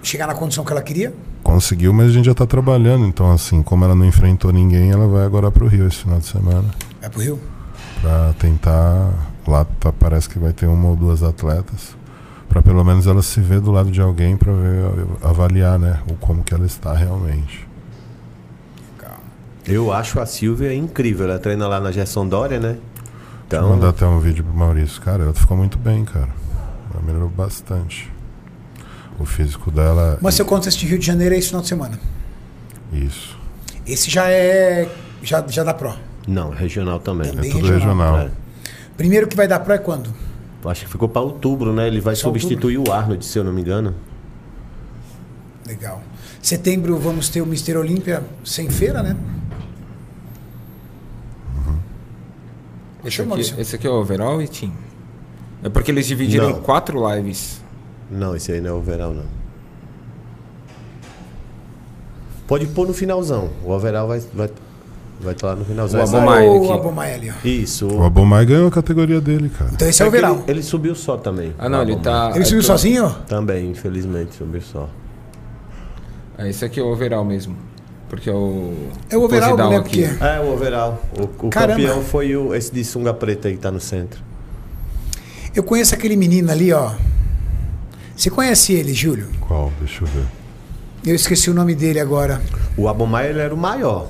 chegar na condição que ela queria?
Conseguiu, mas a gente já tá trabalhando, então assim, como ela não enfrentou ninguém, ela vai agora pro Rio esse final de semana.
Vai pro Rio?
Pra tentar lá tá- parece que vai ter uma ou duas atletas Pra pelo menos ela se ver do lado de alguém pra ver avaliar né o como que ela está realmente
Eu acho a Silvia incrível. Ela treina lá na Gerson Dória, né?
vou
Então,
mandar até um vídeo pro Maurício cara ela ficou muito bem cara ela melhorou bastante o físico dela
Muscle Contest de Rio de Janeiro é esse final de semana.
isso
Esse já é. Já, já dá pro.
não, regional também.
Também.
é tudo
regional.
regional,
É.
Primeiro que vai dar pro é quando?
Acho que ficou pra outubro, né? Ele vai
Só
substituir o Arnold, se eu não me engano.
Legal. Setembro vamos ter o Mister Olímpia sem feira, né?
Esse
Deixa eu, Maurício.
aqui, esse aqui é o overall e team. É porque eles dividiram
Não.
em quatro lives.
Não, esse aí não é o overall, não. Pode pôr no finalzão. O overall vai vai, vai tá lá no finalzão.
O
Essa-
Abomai. Abomaeli
Ou
aqui.
Abomaeli, ó.
Isso.
o Abomai ganhou a categoria dele cara
Então esse é o
que ele-
verão.
Ele, subiu só também.
Ah, não, ele
Abomai.
tá.
Ele
é
subiu
tu-
sozinho?
Também, infelizmente, subiu só.
É, esse aqui é o overall mesmo. Porque é o.
É o overall,
Posidão
né?
aqui.
Porque
É, o overall. O, o
Caramba.
campeão foi o, esse de sunga preta aí que tá no centro.
eu conheço aquele menino ali, ó. Você conhece ele, Júlio?
qual deixa eu ver
Eu esqueci o nome dele agora.
O Abomai, ele era o maior.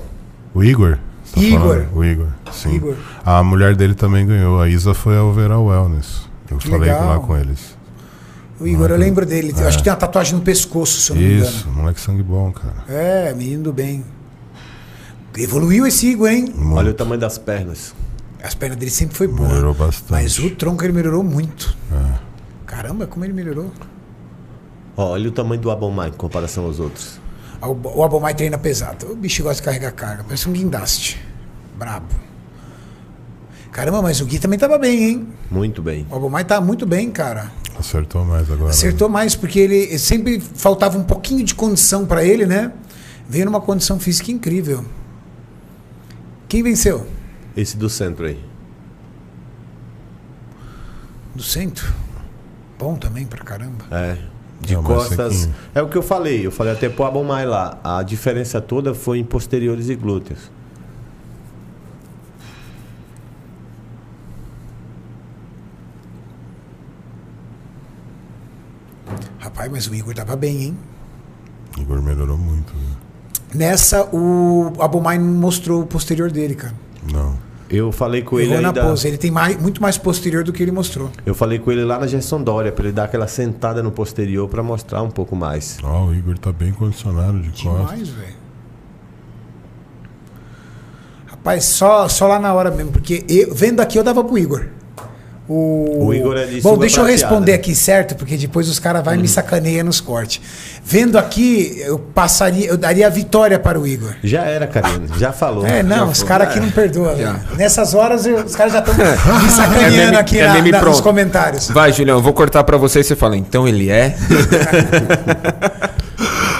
o Igor tá
Igor.
falando? o Igor sim
Igor.
a mulher dele também ganhou a Isa foi a overall wellness eu
Que
falei
legal.
lá com eles
O Igor, eu lembro dele. Eu acho que tem uma tatuagem no pescoço, se eu não me engano.
Ah, é. Isso, moleque sangue bom, cara.
É, menino do bem. Evoluiu esse Igor, hein?
Muito.
Olha o tamanho das pernas.
As pernas dele sempre foi boa.
Melhorou bastante. É.
Mas o tronco ele melhorou muito. Caramba, como ele melhorou.
Ó, olha o tamanho do Abomai em comparação aos outros.
Ah, O Bo- o Abomai treina pesado. O bicho gosta de carregar carga. Parece um guindaste. Brabo. Caramba, mas o Gui também tava bem, hein?
Muito bem.
O Abomai tá muito bem, cara.
Acertou mais agora. né?
Acertou mais, porque ele sempre faltava um pouquinho de condição pra ele, né? Veio numa condição física incrível. Quem venceu?
Esse do centro aí.
Do centro. Bom também pra caramba.
É. De
Não, mas
costas.
sequinho.
É o que eu falei. Eu falei até pro Abomai lá. A diferença toda foi em posteriores e glúteos.
Rapaz, mas o Igor tava bem, hein?
né? Igor melhorou muito. viu?
Nessa, o Abomai não mostrou o posterior dele, cara.
Não.
Eu falei com ele
Errou na
ainda.
pose. Ele tem mais- muito mais posterior do que ele mostrou.
Eu falei com ele lá na Gerson Dória, pra ele dar aquela sentada no posterior pra mostrar um pouco mais.
Ó, o Igor tá bem condicionado de costas.
Demais, velho. Rapaz, só, só lá na hora mesmo, porque eu- vendo aqui eu dava pro Igor. O,
O Igor é de
Bom,
sunga
deixa eu
prateada.
responder aqui, certo? Porque depois os caras vão e me sacaneia nos cortes. Vendo aqui, eu passaria, eu daria a vitória para o Igor.
Já era, Karina. Já falou.
É, não,
Já
os
foi.
caras aqui não perdoam.
Já.
velho. Nessas horas eu- os caras já estão me sacaneando
É meme-
aqui
é
na-
meme
na- nos
pronto.
comentários.
Vai, Julião, eu vou cortar pra você e você fala, então ele é.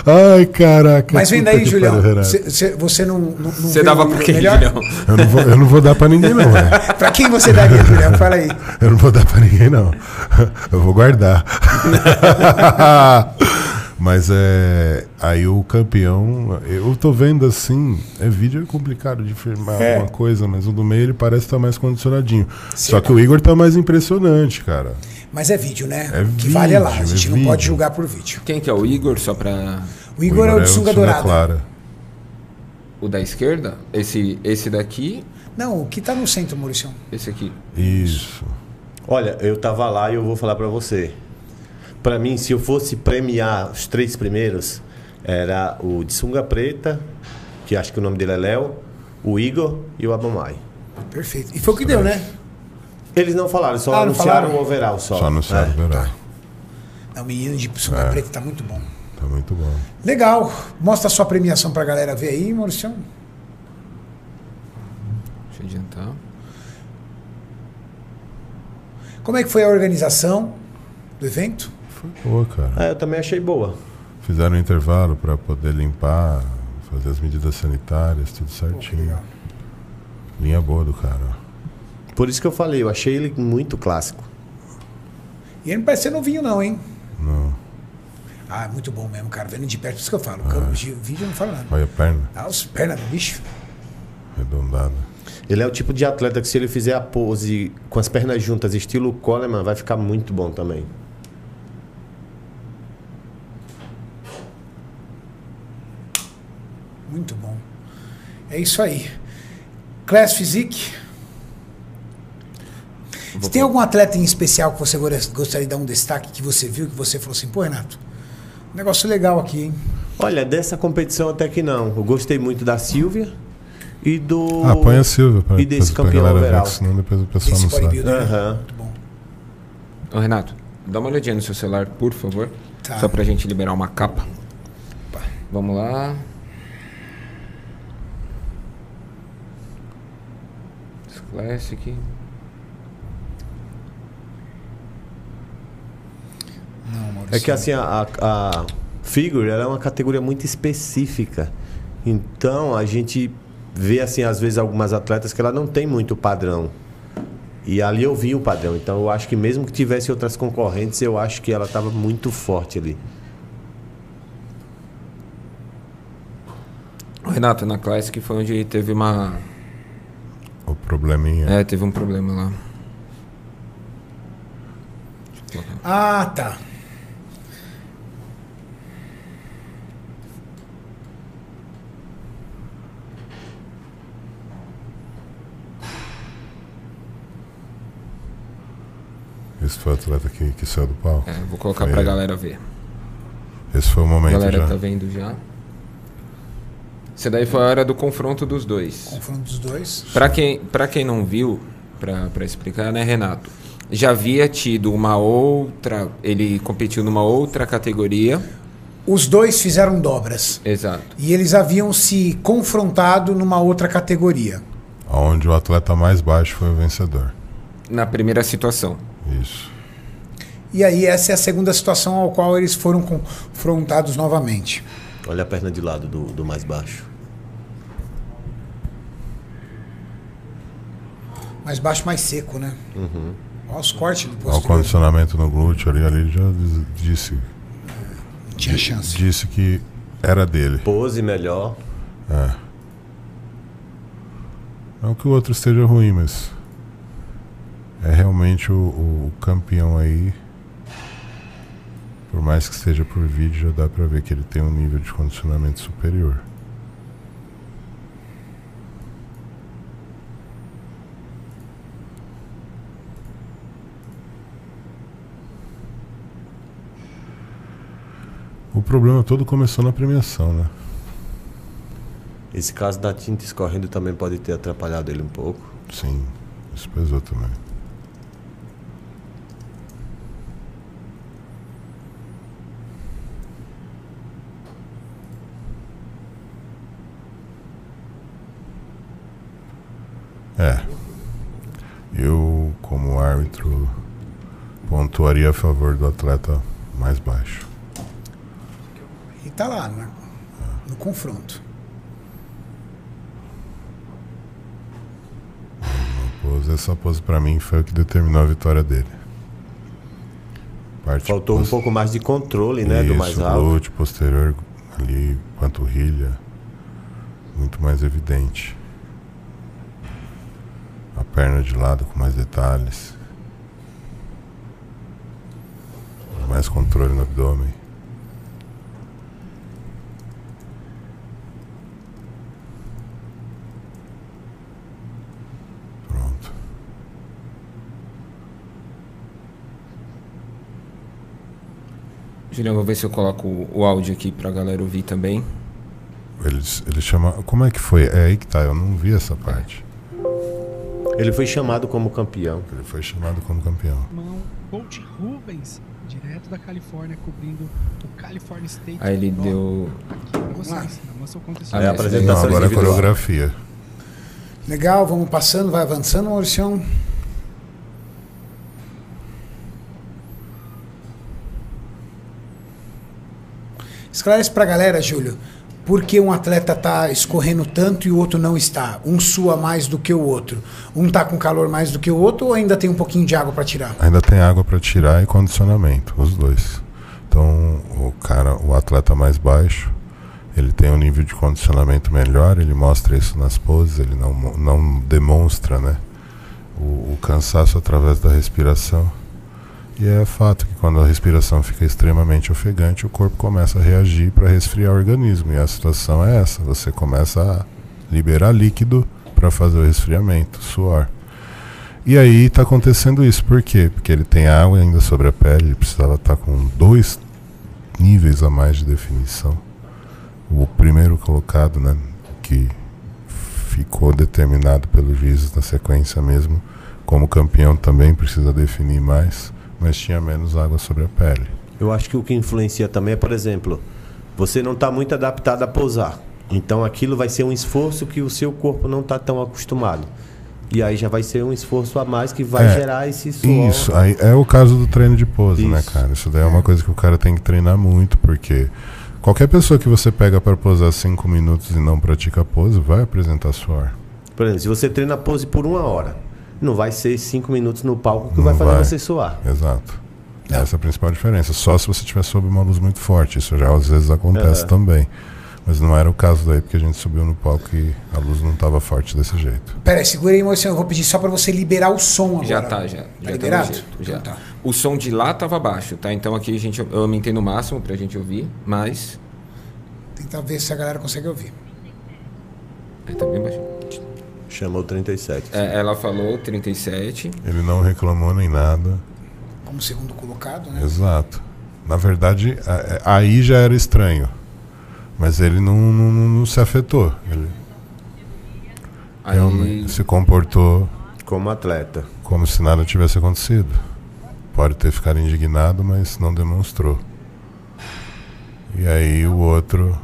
Ai, caraca.
Mas vem
puta
daí,
que
Julião.
pariu, Renato.
cê- cê- você não. não- não
Você
vê
dava
o
pra
Igor
quem,
melhor?
Julião?
Eu não, vou, eu não vou dar pra ninguém, não, né? velho.
Pra quem você daria, Julião? Fala aí.
Eu não vou dar pra ninguém, não. Eu vou guardar. Mas é. Aí o campeão. Eu tô vendo assim. É vídeo é complicado de firmar
É.
alguma coisa, mas o do meio ele parece estar mais condicionadinho.
Sim.
Só que o Igor tá mais impressionante, cara.
Mas é vídeo, né?
É
o que vale é lá. A
vídeo,
gente
é
não pode
vídeo.
julgar por vídeo.
Quem que é o Igor, só pra.
O Igor, é o de sunga dourada.
Clara.
O da esquerda? Esse, esse daqui,
Não, o que tá no centro, Maurício?
esse aqui.
Isso.
Olha, eu tava lá e eu vou falar pra você. Pra mim, se eu fosse premiar os três primeiros, era o de sunga preta, que acho que o nome dele é Léo, o Igor e o Abamai.
Perfeito. E foi o que deu, né?
Eles não falaram, só
Ah, não
anunciaram
falaram?
o overall só.
Só no
É.
sábado, é.
Não, o menino de sunga preta tá muito bom.
Tá muito bom.
Legal. Mostra a sua premiação pra galera ver aí, Maurício.
Deixa eu adiantar.
Como é que foi a organização do evento?
Pô, cara.
Ah, eu também achei boa.
Fizeram um intervalo pra poder limpar, fazer as medidas sanitárias, tudo
Pô, que
certinho.
legal.
Linha boa do cara.
Por isso que eu falei, eu achei ele muito clássico.
E ele não parece ser novinho, não, É. hein?
Não.
Ah, é muito bom mesmo, cara. Vendo de perto, por isso que eu falo. O campo de vídeo não fala nada.
Olha a perna,
Ah, os pernas do bicho.
arredondada.
Ele é o tipo de atleta que se ele fizer a pose com as pernas juntas, estilo Coleman, vai ficar muito bom também.
Muito bom. É isso aí. Class Physique. Você tem algum atleta em especial que você gora- gostaria de dar um destaque que você viu, que você falou assim, pô, Renato, um negócio legal aqui, hein?
Olha, dessa competição até que não. Eu gostei muito da Silvia e do.
Ah, põe a Silvia pra,
E desse
pra, pra
campeão
galera ver,
overall.
que senão depois o pessoal
Esse
não sabe.
bodybuilder. né?"
Aham.
Muito bom.
Ô, Renato, dá uma olhadinha no seu celular, por favor.
Tá.
Só pra gente liberar uma capa. Vamos lá. Esse Classic.
Não, Maurício.
É que assim, a, a a figure ela é uma categoria muito específica. Então a gente vê assim, às vezes, algumas atletas que ela não tem muito padrão. E ali eu vi o padrão. Então eu acho que mesmo que tivesse outras concorrentes, eu acho que ela estava muito forte ali.
Ô, Renato, na Classic foi onde teve uma.
O probleminha.
É, teve um problema lá. Deixa eu colocar.
Ah, tá.
Esse foi o atleta que, que saiu do palco.
É, vou colocar
Foi
pra
ele.
galera ver.
Esse foi o
A
momento
galera
já.
tá vendo já. Isso daí foi a hora do confronto dos dois.
Confronto dos dois.
Pra quem, pra quem não viu, pra pra explicar, né, Renato? Já havia tido uma outra. Ele competiu numa outra categoria.
Os dois fizeram dobras.
Exato.
E eles haviam se confrontado numa outra categoria.
Onde o atleta mais baixo foi o vencedor.
Na primeira situação.
Isso.
E aí essa é a segunda situação ao qual eles foram confrontados novamente.
Olha a perna de lado do, do mais baixo.
Mais baixo, mais seco, né?
Uhum.
Olha os cortes do
Ao
posterior.
condicionamento no glúteo ali, ali já diz- disse,
Não tinha chance.
disse que era dele.
Pose melhor.
Não que o outro esteja ruim, mas é realmente o, o campeão aí. Por mais que seja por vídeo, já dá pra ver que ele tem um nível de condicionamento superior. O problema todo começou na premiação, né?
Esse caso da tinta escorrendo também pode ter atrapalhado ele um pouco.
Sim, isso pesou também. É. Eu, como árbitro, pontuaria a favor do atleta mais baixo.
E tá lá, né? No confronto.
Pose, essa pose pra mim foi o que determinou a vitória dele. Parte
Faltou um
pos-
pouco mais de controle, né? do
Isso,
mais alto.
glúteo posterior ali, panturrilha, muito mais evidente. A perna de lado com mais detalhes. Mais controle no abdômen. Pronto.
Julião, vou ver se eu coloco o o áudio aqui pra galera ouvir também.
Eles, eles chamam. Como é que foi? É aí que tá, eu não vi essa parte.
Ele foi chamado como campeão.
Ele foi chamado como campeão.
irmão Coach Rubens, direto da Califórnia, cobrindo o California State.
Aí ele
Ó,
deu.
Aqui pra vocês, na nossa
Ah,
condição.
É a
mas-
Não,
apresentação
agora a
individual.
coreografia.
Legal, vamos passando, vai avançando, Mauricião. Esclarece pra galera, Júlio, por que um atleta tá escorrendo tanto e o outro não está? Um sua mais do que o outro? Um tá com calor mais do que o outro ou ainda tem um pouquinho de água pra tirar?
Ainda tem água para tirar e condicionamento, os dois. Então, o cara, o atleta mais baixo, ele tem um nível de condicionamento melhor, ele mostra isso nas poses, ele não, mo- não demonstra, né? O, o cansaço através da respiração. E é fato que quando a respiração fica extremamente ofegante, o corpo começa a reagir para resfriar o organismo. E a situação é essa: você começa a liberar líquido para fazer o resfriamento, suor. E aí tá acontecendo isso, por quê? Porque ele tem água ainda sobre a pele, ele precisava estar com dois níveis a mais de definição. O primeiro colocado, né, que ficou determinado pelos juízes na sequência mesmo, como campeão também precisa definir mais, mas tinha menos água sobre a pele.
Eu acho que o que influencia também é, por exemplo, você não está muito adaptado a pousar. Então aquilo vai ser um esforço que o seu corpo não está tão acostumado. E aí já vai ser um esforço a mais que vai
É,
gerar esse suor.
Isso, aí é o caso do treino de pose, né,
Isso.
cara? Isso daí é uma coisa que o cara tem que treinar muito, porque qualquer pessoa que você pega para posar cinco minutos e não pratica pose vai apresentar suor.
Por exemplo, se você treina a pose por uma hora, não vai ser cinco minutos no palco que vai
Não
fazer
vai.
você suar.
Exato. Essa é a principal diferença. Só se você tiver sob uma luz muito forte. Isso já às vezes acontece
Aham.
também. Mas não era o caso daí, porque a gente subiu no palco e a luz não estava forte desse jeito.
Pera aí, segura aí, Mauricião, eu vou pedir só pra você liberar o som agora.
Já tá, já. já
liberado?
Tá no jeito, já.
Então tá.
O som de lá tava baixo, tá? Então aqui a gente, eu aumentei no máximo pra gente ouvir, mas.
Tentar ver se a galera consegue ouvir.
Aí tá bem baixo.
Chamou 37.
É, ela falou 37.
Ele não reclamou nem nada.
Como segundo colocado, né?
Exato. Na verdade, a- a- aí já era estranho. Mas ele não, não- não- não se afetou. Ele
Aí,
realmente se comportou
Como atleta.
como se nada tivesse acontecido. Pode ter ficado indignado, mas não demonstrou. E aí o outro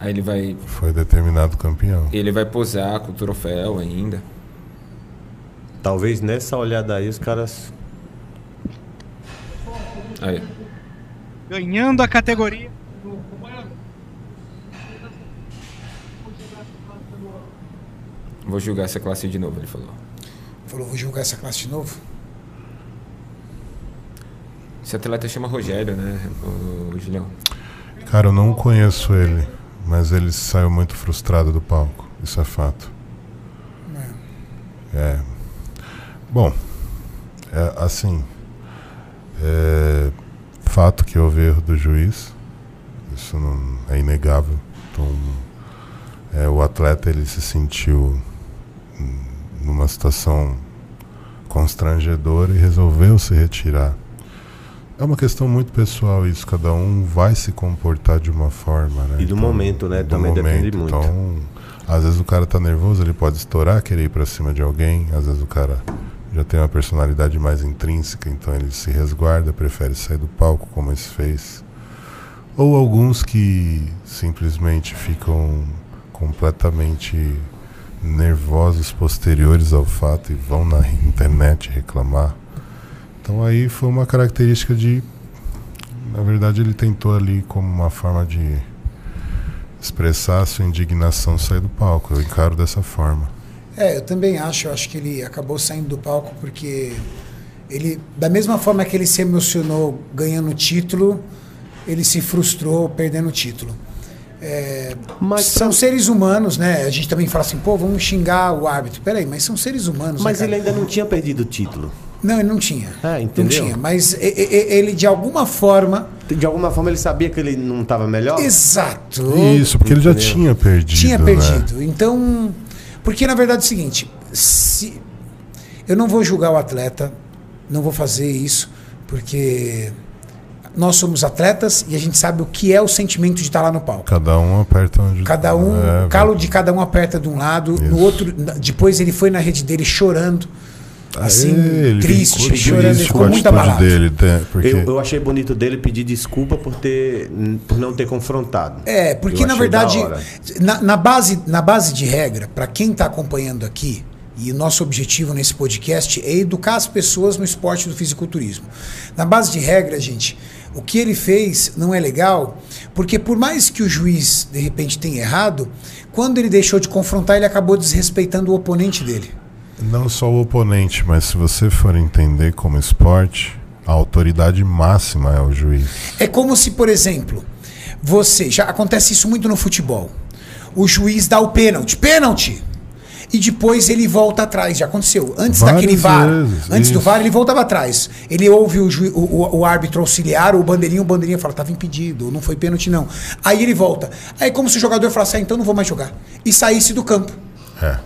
aí ele vai.
Foi determinado campeão.
Ele vai posar com o troféu ainda.
Talvez nessa olhada aí os caras.
Aí.
Ganhando a categoria.
Vou julgar essa classe de novo, ele falou.
Falou, vou julgar essa classe de novo.
Esse atleta chama Rogério, né, o, Julião?
Cara, eu não conheço ele, mas ele saiu muito frustrado do palco. Isso é fato. É. Bom, é, assim. é, fato que houve erro do juiz. Isso não é inegável. Então, é, o atleta ele se sentiu hum, numa situação constrangedora e resolveu se retirar. É uma questão muito pessoal isso, cada um vai se comportar de uma forma, né?
E do momento, né? Também depende muito.
Então, às vezes o cara tá nervoso, ele pode estourar, querer ir pra cima de alguém, às vezes o cara já tem uma personalidade mais intrínseca, então ele se resguarda, prefere sair do palco como esse fez. Ou alguns que simplesmente ficam completamente nervosos posteriores ao fato e vão na internet reclamar. Então aí foi uma característica de. Na verdade, ele tentou ali como uma forma de expressar a sua indignação sair do palco. Eu encaro dessa forma.
É, eu também acho. Eu acho que ele acabou saindo do palco porque Ele, da mesma forma que ele se emocionou ganhando o título, ele se frustrou perdendo o título. É,
Mas
são seres humanos, né? A gente também fala assim, pô, vamos xingar o árbitro. Peraí, mas são seres humanos.
Mas
né,
ele
cara?
ainda não tinha perdido o título.
Não, ele não tinha.
Ah, entendeu?
Não tinha, mas e- e- ele de alguma forma.
De alguma forma ele sabia que ele não estava melhor?
Exato.
Isso, porque ele já tinha perdido.
tinha
né?
perdido. Então, porque na verdade é o seguinte, se eu não vou julgar o atleta, não vou fazer isso, porque nós somos atletas e a gente sabe o que é o sentimento de estar lá no palco.
Cada um aperta onde.
Cada um,
É,
o calo de cada um aperta de um lado,
Isso.
no outro, na- depois ele foi na rede dele chorando, assim,
ele
triste,
ficou
chorando,
feliz
ele
com a
ficou muito
atitude
abalado.
dele, né? porque
Eu, eu achei bonito dele pedir desculpa por ter por não ter confrontado.
É, porque
Eu
na
achei
verdade,
da hora.
na, na base, na base de regra, para quem está acompanhando aqui, e o nosso objetivo nesse podcast é educar as pessoas no esporte do fisiculturismo. Na base de regra, gente, o que ele fez não é legal, porque por mais que o juiz, de repente, tenha errado, quando ele deixou de confrontar, ele acabou desrespeitando o oponente dele.
Não só o oponente, mas se você for entender como esporte, a autoridade máxima é o juiz.
É como se, por exemplo, você. Já acontece isso muito no futebol. O juiz dá o pênalti. Pênalti! E depois ele volta atrás. Já aconteceu. Antes
Várias
daquele VAR.
vezes,
antes do
isso.
VAR, ele voltava atrás. Ele ouve o, ju- o- o- o árbitro auxiliar, o bandeirinho, o bandeirinha fala: tava impedido, não foi pênalti, não. Aí ele volta. Aí é como se o jogador falasse: ah, então não vou mais jogar. E saísse do campo.
É.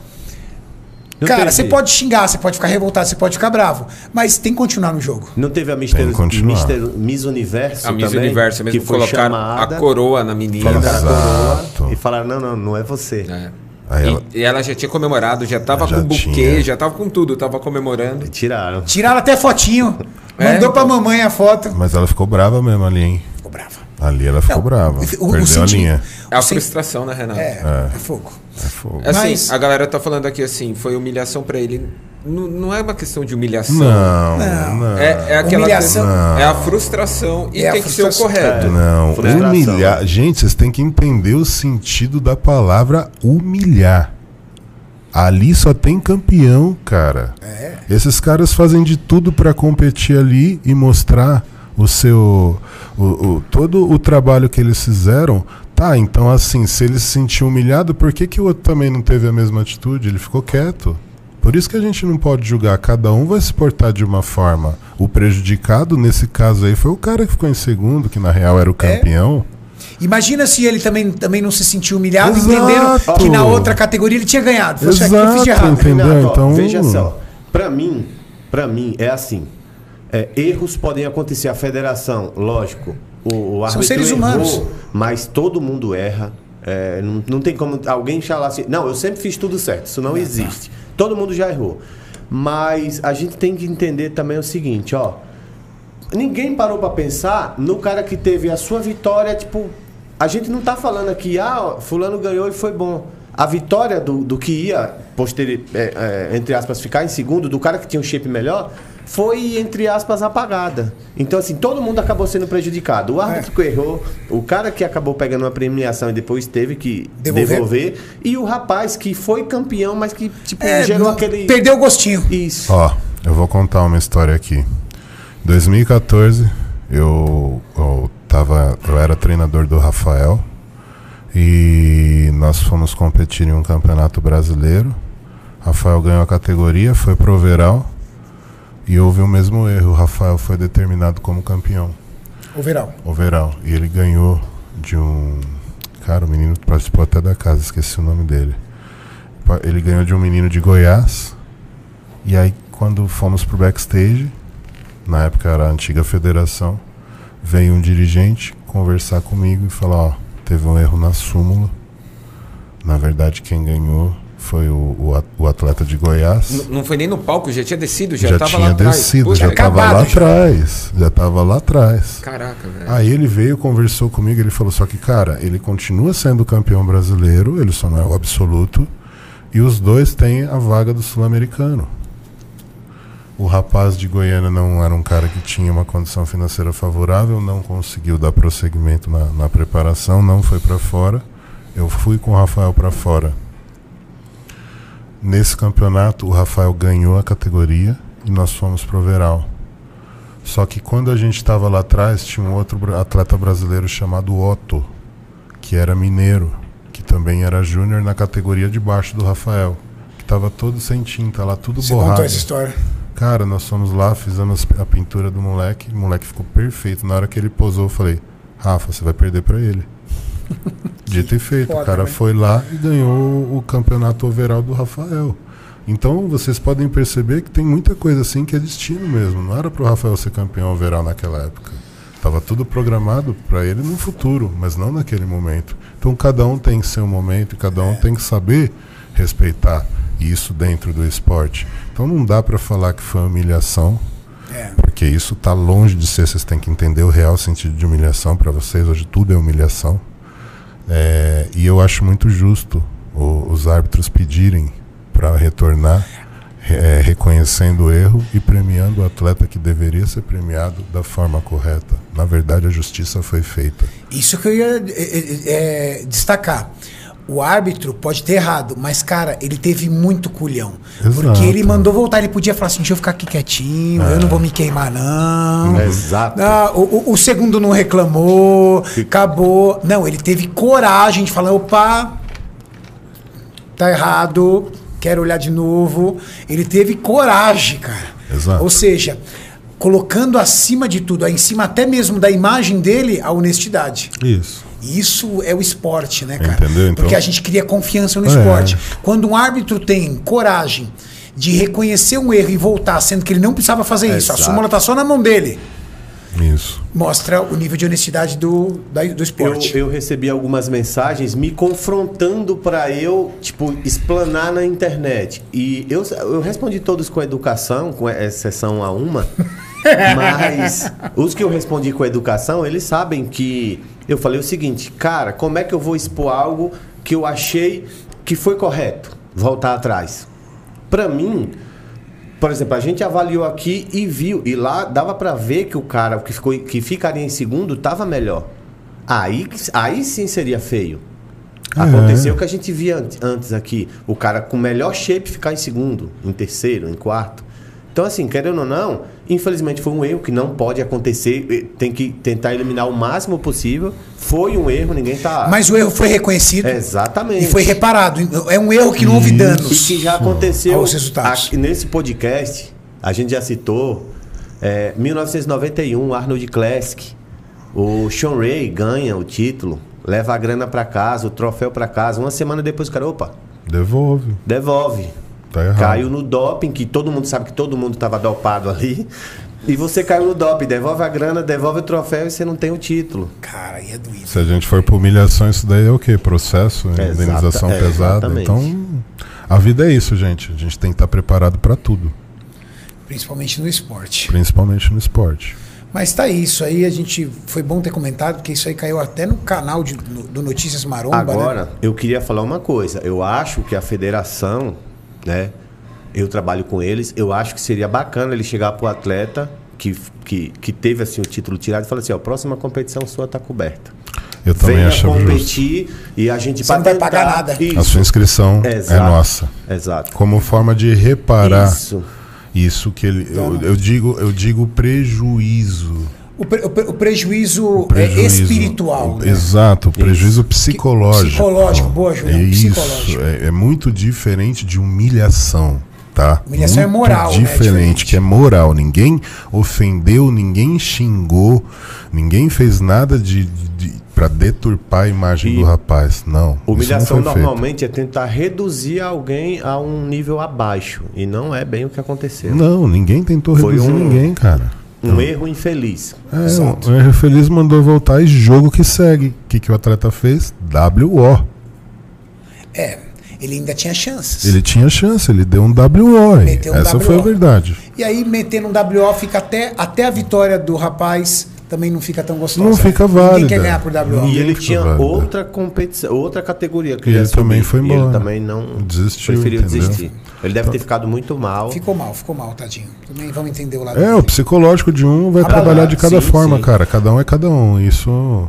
Não
Cara,
teve-
você pode xingar, você pode ficar revoltado, você pode ficar bravo. Mas tem que continuar no jogo.
Não teve a
Tem
Mister,
que continuar.
Mister, Miss Universo
A Miss
também,
Universo mesmo
que foi
colocaram
chamada,
a coroa na menina.
Fala
da
sério. Exato.
coroa, e falaram, não, não, não é você.
É.
Aí
E-
ela-
e, ela já tinha comemorado, já tava
Já
com um buquê,
tinha.
já tava com tudo, tava comemorando.
Tiraram.
Tiraram até fotinho.
É,
Mandou pra
então.
mamãe a foto.
Mas ela ficou brava mesmo ali, hein?
Ficou brava.
Ali ela ficou
Não,
brava.
o- o- o
Perdeu a
senti-
linha.
É a
o sen-
frustração, né, Renato?
É, é fogo.
É fogo.
Assim,
Mas-
a galera tá falando aqui assim, foi humilhação pra ele. N- não é uma questão de humilhação.
Não, não.
É, é aquela
Ah. Humilhação. Ah.
É a frustração e
É a
tem que ser o
frustração.
correto.
Não,
Frustração.
humilhar. Gente, vocês têm que entender o sentido da palavra humilhar. Ali só tem campeão, cara. Esses caras fazem de tudo pra competir ali e mostrar o seu. o- o- todo o trabalho que eles fizeram. Tá, então assim, se ele se sentiu humilhado, por que, que o outro também não teve a mesma atitude? Ele ficou quieto. Por isso que a gente não pode julgar, cada um vai se portar de uma forma. O prejudicado nesse caso aí foi o cara que ficou em segundo, que na real era o campeão.
Imagina se ele também, também não se sentiu humilhado,
Exato.
entendendo que na outra categoria ele tinha ganhado. Falou assim, "Ah, aqui eu fiz de
Exato,
errado.
entendeu?
Renato, ó,
então,
Veja só, pra mim, pra mim é assim. é, erros podem acontecer. A federação, lógico, o, o árbitro
seres
errou,
humanos.
mas todo mundo erra. É, não, não tem como alguém falar assim. Não, eu sempre fiz tudo certo. Isso não existe.
tá.
Todo mundo já errou. Mas a gente tem que entender também o seguinte, ó. Ninguém parou pra pensar no cara que teve a sua vitória, tipo, a gente não tá falando aqui, ah, ó, fulano ganhou e foi bom. A vitória do, do que ia, posteri, é, é, entre aspas, ficar em segundo, do cara que tinha um shape melhor, foi, entre aspas, apagada. Então, assim, todo mundo acabou sendo prejudicado. O
É.
árbitro que errou, o cara que acabou pegando uma premiação e depois teve que
Devolver.
devolver, e o rapaz que foi campeão, mas que, tipo,
É,
gerou
não-
aquele...
Perdeu o gostinho.
Isso.
Ó, eu vou contar uma história aqui. 2014, eu, eu tava, eu era treinador do Rafael e nós fomos competir em um campeonato brasileiro. Rafael ganhou a categoria, foi pro overall e houve o mesmo erro. O Rafael foi determinado como campeão
O verão.
overall e ele ganhou de um cara, o menino que participou até da casa, esqueci o nome dele. Pa- Ele ganhou de um menino de Goiás. E aí, quando fomos pro backstage, na época era a antiga federação, veio um dirigente conversar comigo e falar: Ó, teve um erro na súmula. Na verdade, quem ganhou foi o, o at- o atleta de
É.
Goiás.
N- Não foi nem no palco, já tinha descido, já,
já
tava
tinha
lá atrás.
descido,
Puta,
já tava lá
acabado já.
atrás. Já tava lá atrás.
Caraca, velho.
Ah.
Aí ele veio, conversou comigo, ele falou só que, cara, ele continua sendo campeão brasileiro, ele só não é o absoluto, e os dois têm a vaga do sul-americano. O rapaz de Goiânia não era um cara que tinha uma condição financeira favorável, não conseguiu dar prosseguimento na, na preparação, não foi pra fora. Eu fui com o Rafael pra fora. Nesse campeonato, o Rafael ganhou a categoria e nós fomos pro Veral. Só que quando a gente estava lá atrás, tinha um outro bra- atleta brasileiro chamado Otto, que era mineiro, que também era júnior na categoria de baixo do Rafael, que estava todo sem tinta lá, tudo
Você
borrado.
contou essa história.
Cara, nós fomos lá, fizemos a pintura do moleque, o moleque ficou perfeito. Na hora que ele posou, eu falei: Rafa, você vai perder pra ele. Dito e feito,
foda,
o cara
né?
foi lá e ganhou o campeonato overall do Rafael. Então vocês podem perceber que tem muita coisa assim que é destino mesmo. Não era pro Rafael ser campeão overall naquela época. Tava tudo programado pra ele no futuro, mas não naquele momento. Então cada um tem seu momento e cada um tem que saber respeitar isso dentro do esporte. Então não dá pra falar que foi humilhação,
É.
porque isso tá longe de ser. Vocês têm que entender o real sentido de humilhação pra vocês. Hoje tudo é humilhação. É, e eu acho muito justo o- os árbitros pedirem para retornar, é, reconhecendo o erro e premiando o atleta que deveria ser premiado da forma correta. Na verdade, a justiça foi feita.
Isso que eu ia é, é, é, destacar. O árbitro pode ter errado, mas, cara, ele teve muito culhão.
Exato. É.
Porque ele mandou voltar, ele podia falar assim: deixa eu ficar aqui quietinho, eu não vou me queimar, não.
Exato.
Ah, o, o- o segundo não reclamou, acabou. Não, ele teve coragem de falar: opa, tá errado, quero olhar de novo. Ele teve coragem, cara.
Exato.
Ou seja, colocando acima de tudo, aí em cima até mesmo da imagem dele, a honestidade.
Isso.
E Isso é o esporte, né, cara?
Entendeu, então?
Porque a gente cria confiança no
É.
esporte. Quando um árbitro tem coragem de reconhecer um erro e voltar, sendo que ele não precisava fazer isso, a
Exato.
súmula tá só na mão dele,
Isso.
mostra o nível de honestidade do, da- do
Eu,
esporte.
eu recebi algumas mensagens me confrontando pra eu, tipo, explanar na internet. E eu, eu respondi todos com educação, com exceção a uma. mas os que eu respondi com educação, eles sabem que eu falei o seguinte, cara, como é que eu vou expor algo que eu achei que foi correto? Voltar atrás. Pra mim, por exemplo, a gente avaliou aqui e viu, e lá dava pra ver que o cara que, ficou, que ficaria em segundo tava melhor. Aí, aí sim seria feio. Aconteceu o que a gente via ante- antes aqui. O cara com o melhor shape ficar em segundo, em terceiro, em quarto. Então, assim, querendo ou não, infelizmente foi um erro que não pode acontecer. eh, Tem que tentar eliminar o máximo possível. Foi um erro, ninguém tá.
Mas o erro foi reconhecido
É, Exatamente.
e foi reparado. É um erro que não houve
E
danos.
que já aconteceu
Aos resultados.
aqui nesse podcast, a gente já citou, é, 1991, Arnold Classic. O Sean Ray ganha o título, leva a grana pra casa, o troféu pra casa. Uma semana depois, o cara, opa,
Devolve.
devolve.
Tá errado.
Caiu no doping, que todo mundo sabe que todo mundo estava dopado ali. E você caiu no doping, devolve a grana, devolve o troféu e você não tem o título.
Cara, e é doído.
Se a gente for por humilhação, isso daí é o quê? Processo,
Exata-
indenização
é,
pesada.
exatamente.
Então, a vida é isso, gente. A gente tem que estar preparado para tudo,
Principalmente no esporte.
principalmente no esporte.
Mas tá aí, isso aí a gente. Foi bom ter comentado, porque isso aí caiu até no canal de- no- do Notícias Maromba. né?
Agora, eu queria falar uma coisa. Eu acho que a federação, né? Eu trabalho com eles. Eu acho que seria bacana ele chegar pro atleta que, que, que teve assim o título tirado e falar assim: ó, próxima competição sua tá coberta.
Eu também
Venha
acho justo.
competir e a gente
Você não vai pagar nada.
Isso.
A sua inscrição é
Exato.
nossa.
Exato.
Como forma de reparar
Isso.
Isso que ele. Eu, eu digo, eu digo prejuízo.
O, pre- o pre- o prejuízo, é,
prejuízo
espiritual.
o-
né?
Exato, o prejuízo psicológico.
Psicológico, boa, Julião,
É isso.
psicológico.
É, é muito diferente de humilhação. Tá?
Humilhação é
Muito
moral, né? É
Diferente,
diferente.
que é moral. Ninguém ofendeu, ninguém xingou, ninguém fez nada de, de, para deturpar a imagem
E
do rapaz. Não.
Humilhação
isso não foi feito.
normalmente é tentar reduzir alguém a um nível abaixo. E não é bem o que aconteceu.
Não, ninguém tentou
Foi
reduzir
um-
ninguém, cara.
Um erro infeliz.
É, o Henry Feliz mandou voltar e jogo que segue. O que, que o atleta fez? WO.
É, ele ainda tinha chances.
Ele tinha chance, ele deu um WO. aí.
Meteu um
Essa
WO.
foi a verdade.
E aí, metendo um WO, fica até, até a vitória do rapaz também não fica tão gostosa.
Não fica válida.
Ninguém quer ganhar por WO.
E
Ninguém
ele
ficou
tinha
válido.
outra competição, outra categoria. Que
E
ia
ele também foi
E
embora.
ele também não
Desistiu,
preferiu
entendeu? Tá.
desistir. Ele deve ter ficado muito mal.
Ficou mal, ficou mal, tadinho. Também vamos entender o lado
É,
dele.
o psicológico de um vai trabalhar de cada
sim,
forma,
sim.
cara. Cada um é cada um. Isso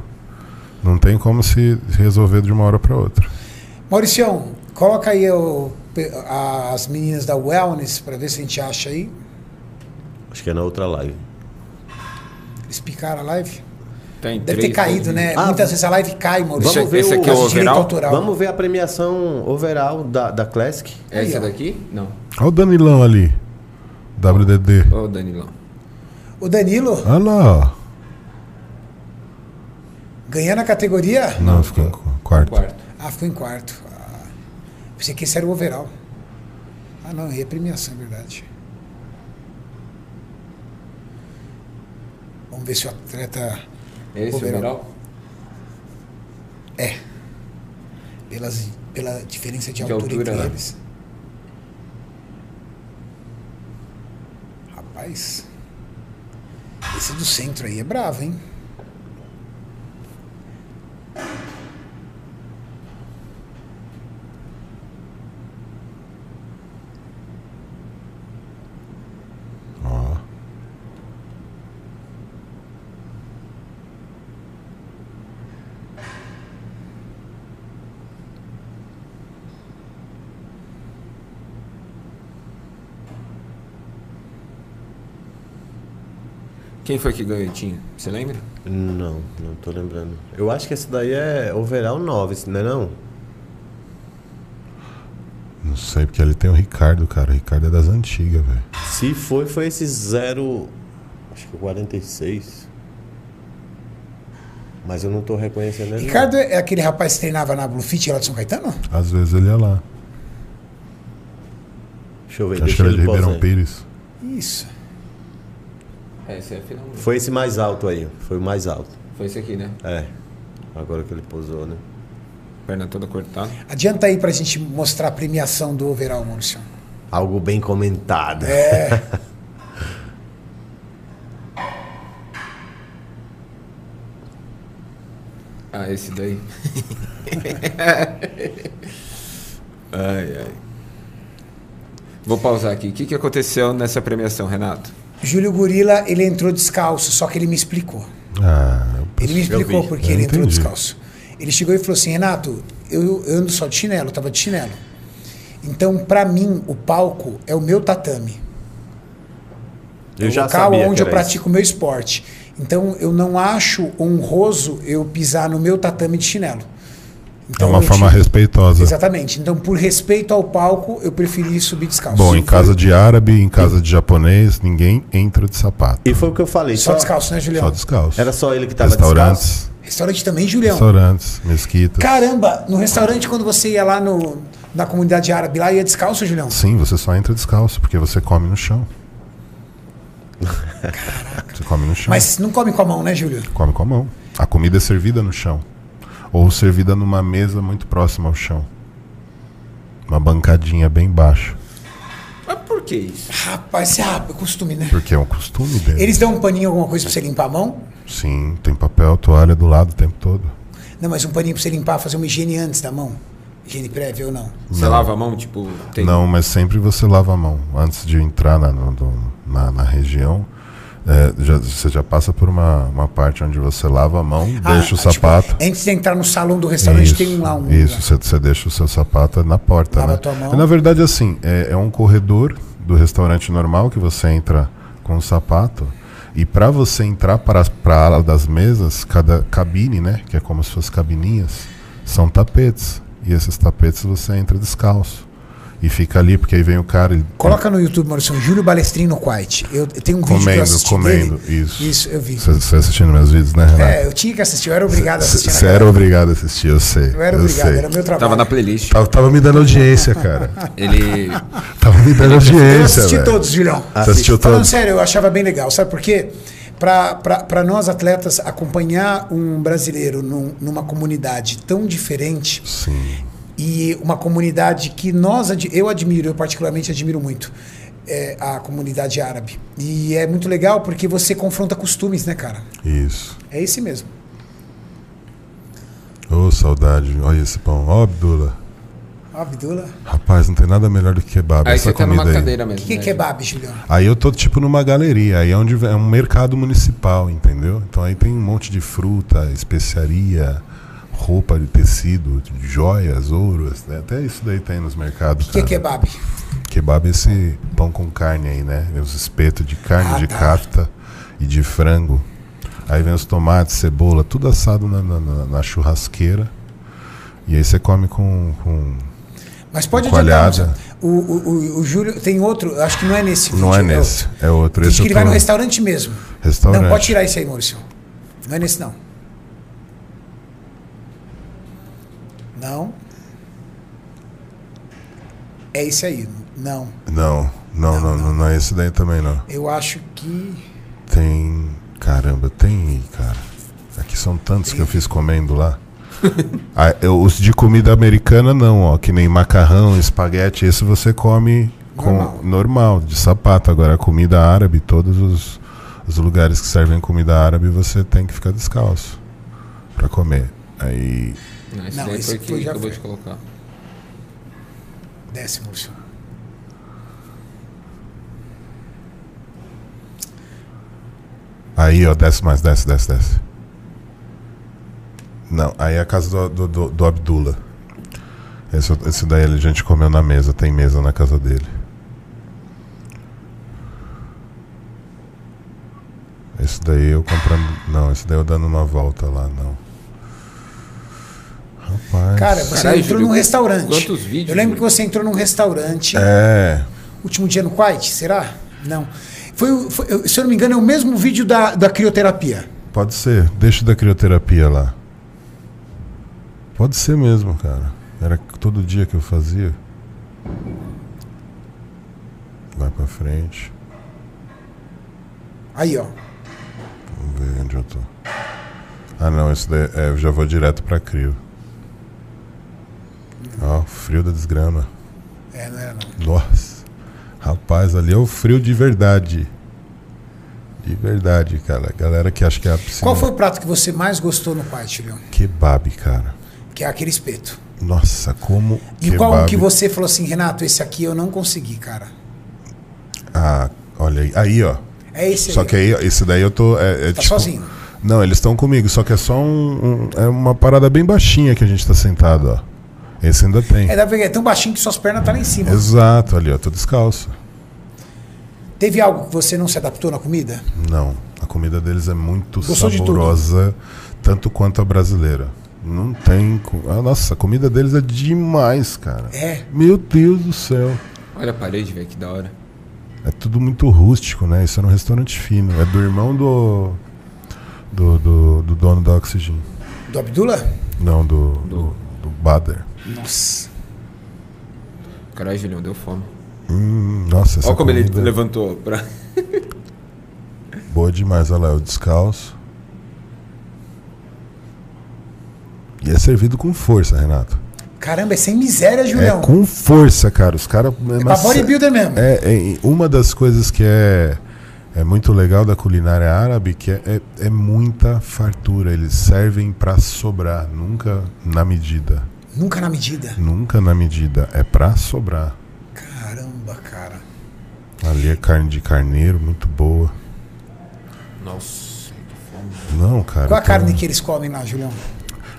não tem como se resolver de uma hora para outra.
Mauricião, coloca aí o- pe- as meninas da Wellness pra ver se a gente acha aí.
Acho que é na outra live.
espicaram a live?
Tem
Deve ter
três,
caído,
dois, um.
né?
Ah,
Muitas vezes a live cai, Maurício.
Vamos ver esse aqui é
Caso
o
de direito
overall?
autoral.
Vamos ver a premiação overall da, da Classic.
Essa
Aí, ó.
É daqui? Não.
Olha o Danilão ali. WDD.
Ô, Danilão.
O Danilo
Olha lá, ó.
ganhando a categoria.
Não, ficou em qu- quarto.
Quarto.
Ah, ficou em quarto. Ah, pensei que esse era o overall. Ah, não, é premiação, é verdade. Vamos ver se o atleta,
É Esse
Overall.
overall?
pelas, pela diferença de,
De
altura,
altura,
entre
né?
eles. Rapaz, esse do centro aí é bravo, hein?
Ó.
Quem foi que ganhou, Tinho? Você lembra?
Não, não tô lembrando. Eu acho que esse daí é overall 9, não é não?
Não sei, porque ali tem o Ricardo, cara. O Ricardo é das antigas, velho.
Se foi, foi esse 0. Acho que 46. Mas eu não tô reconhecendo ele. não.
Ricardo é aquele rapaz que treinava na Bluefit lá de São Caetano?
Às vezes ele é lá.
Deixa eu ver,
Acho
deixa
que ele é de
ele
Ribeirão
pausar.
Pires.
Isso.
Essa é a final.
Foi esse mais alto aí, foi o mais alto.
Foi esse aqui, né?
É. Agora que ele posou, né?
Perna toda cortada.
Adianta aí pra gente mostrar a premiação do overall, Maurício.
Algo bem comentado.
É,
Ah, esse daí. ai, ai. Vou pausar aqui. O que, que aconteceu nessa premiação, Renato?
Júlio Gorila, ele entrou descalço, só que ele me explicou.
Ah,
Ele me explicou
vi.
porque
Eu
ele entrou
Ah, entendi.
descalço. Ele chegou e falou assim: Renato, eu, eu ando só de chinelo, eu tava de chinelo. Então, pra mim, o palco é o meu tatame.
Eu
é o
já
local
sabia
onde
que
eu
era
pratico o meu esporte. Então, eu não acho honroso eu pisar no meu tatame de chinelo.
é
Então,
uma
eu
forma
tive-
respeitosa.
Exatamente. Então, por respeito ao palco, eu preferi subir descalço.
Bom, em casa de árabe, em casa de japonês, ninguém entra de sapato.
isso. E foi o que eu falei.
Só
Só
descalço, né, Julião?
Só descalço.
Era só ele que tava descalço.
Restaurantes,
Restaurante também, Julião.
restaurantes, mesquitas.
Caramba, no restaurante, quando você ia lá no, na comunidade árabe, lá ia descalço, Julião?
Sim, você só entra descalço, porque você come no chão. Você come no chão.
Mas não come com a mão, né, Júlio?
Come com a mão. A comida é servida no chão. Ou servida numa mesa muito próxima ao chão. Uma bancadinha bem baixa.
Mas por que isso?
Rapaz, isso é rápido, é costume, né?
Porque é um costume deles.
Eles dão um paninho, alguma coisa pra você limpar a mão?
Sim, tem papel, toalha do lado o tempo todo.
Não, mas um paninho pra você limpar, fazer uma higiene antes da mão? Higiene prévia ou não?
Você lava a mão, tipo, tem.
Não, mas sempre você lava a mão. Antes de entrar na, no- no- na, na região, é, já- você já passa por uma, uma parte onde você lava a mão, deixa o
tipo,
sapato.
antes de entrar no salão do restaurante,
Isso,
tem um lá um.
Isso,
lá.
você- você deixa o seu sapato na porta,
Lava
né?
a tua mão.
É, Na verdade, assim, é, é um corredor do restaurante normal que você entra com o sapato. E para você entrar para a ala das mesas, cada cabine, né? Que é como se fossem cabininhas, são tapetes. E esses tapetes você entra descalço. E fica ali, porque aí vem o cara. Ele,
Coloca no YouTube, Maurício, Júlio Balestrin no Quiet. Eu, eu tenho um vídeo que eu
comendo,
assisti
comendo.
dele.
Isso.
Isso, eu vi.
Você você assistindo meus vídeos, né, Renato?
É, eu tinha que assistir, eu era obrigado a assistir.
Você
né,
era
cara?
obrigado a assistir, eu sei.
Eu era
eu
obrigado,
sei.
era meu trabalho.
Tava na playlist.
Tava- tava me dando audiência, cara.
Ele.
Tava me dando
Eu
audiência.
assisti
é, velho. Ah,
todos, Julião.
Você assistiu
Falando
todos?
sério, eu achava bem legal. Sabe por quê? Para nós atletas, acompanhar um brasileiro num- numa comunidade tão diferente
Sim.
e uma comunidade que nós, ad- eu admiro, eu particularmente admiro muito, é, a comunidade árabe. E é muito legal porque você confronta costumes, né, cara?
Isso.
É esse mesmo.
Ô, saudade. Olha esse pão. Ó, Abdullah.
Abdullah.
Rapaz, não tem nada melhor do que kebab.
Aí
essa
você tá
comida
numa
aí.
cadeira mesmo.
O que é
né?
kebab, Julião?
Aí eu tô tipo numa galeria, aí é onde é um mercado municipal, entendeu? Então aí tem um monte de fruta, especiaria, roupa de tecido, de joias, ouros, né? Até isso daí tem nos mercados.
O que é
cara.
kebab?
Kebab é esse pão com carne aí, né? Os espetos de carne,
Ah,
de
tá.
kafta e de frango. Aí vem os tomates, cebola, tudo assado na, na- na- na churrasqueira. E aí você come com. com-
Mas pode
Coalhada.
adiantar. O, o, o, o Júlio tem outro, acho que não é nesse.
Não
vídeo,
é nesse, é outro.
Diz
Esse
que ele
eu
vai
tô-
no restaurante mesmo.
Restaurante.
Não, pode tirar esse aí, Maurício. Não é nesse, não. Não. É esse aí. Não.
Não, não, não, não, não é esse daí também não.
Eu acho que.
Tem. Caramba, tem, cara. Aqui são tantos que eu fiz comendo lá. Ah, eu- os de comida americana não, ó. Que nem macarrão, espaguete, esse você come com
Normal.
normal, de sapato. Agora, comida árabe, todos os, os lugares que servem comida árabe, você tem que ficar descalço pra comer. Aí.
Não, esse
Não,
daí
esse
foi o que
foi, já
acabou
foi.
de colocar.
Desce, Maurício.
Aí, ó, desce mais, desce, desce, desce. Não, aí é a casa do, do, do, do Abdullah. Esse, esse daí a gente comeu na mesa, tem mesa na casa dele. Esse daí eu comprando. Não, esse daí eu dando uma volta lá, não. Rapaz.
Cara, você
Caralho,
entrou
Júlio,
num restaurante.
quantos vídeos,
Eu lembro
Júlio?
que você entrou num restaurante.
É.
Último dia no Kuwait, será? Não. Foi, o- foi- eu- se eu não me engano, é o mesmo vídeo da, da crioterapia.
Pode ser. Deixa da crioterapia lá. Pode ser mesmo, cara. Era todo dia que eu fazia. Vai pra frente.
Aí, ó.
Vamos ver onde eu tô. Ah, não. Esse daí, é, eu já vou direto pra crio. Ó, frio da desgrama.
É, não era não.
Nossa. Rapaz, ali é o frio de verdade. De verdade, cara. A galera que acha que é a piscina.
Qual foi o prato que você mais gostou no Kuwait, Leon?
Kebab, cara.
Que é aquele espeto.
Nossa, como.
E qual
kebab-
que você falou assim, Renato, esse aqui eu não consegui, cara?
Ah, olha aí. Aí, ó.
É esse
Só
aí.
que aí, esse daí eu tô. É, é
Tá
tipo-
sozinho.
Não, eles estão comigo, só que é só um, um- É uma parada bem baixinha que a gente tá sentado, ó. Esse ainda tem.
É, dá pra ver que é tão baixinho que suas pernas tá lá em cima.
Exato, ali, ó. Tô descalço.
Teve algo que você não se adaptou na comida?
Não. A comida deles é muito
Gostou de tudo?
saborosa, tanto quanto a brasileira. Não tem. co- Ah, nossa, a comida deles é demais, cara.
É.
Meu Deus do céu.
Olha a parede, velho, que da hora.
É tudo muito rústico, né? Isso é um restaurante fino. É do irmão do. Do, do, do dono da Oxygen.
Do Abdullah?
Não, do. Do, do Bader.
Nossa.
Caralho, Julião, deu fome.
Hum, nossa, essa
Olha como ele
comida é
levantou pra.
boa demais. Olha lá, eu descalço. E é servido com força, Renato.
Caramba, é sem miséria, Julião.
É com força, cara. Os caras.
É pra bodybuilder mesmo.
É, é, e uma das coisas que é, é muito legal da culinária árabe que é, é, é muita fartura. Eles servem pra sobrar, nunca na medida.
Nunca na medida.
Nunca na medida. É pra sobrar.
Caramba, cara.
Ali é carne de carneiro, muito boa.
Nossa, que fome.
Não, cara. então
Qual a
tem-
É carne que eles comem lá, Julião?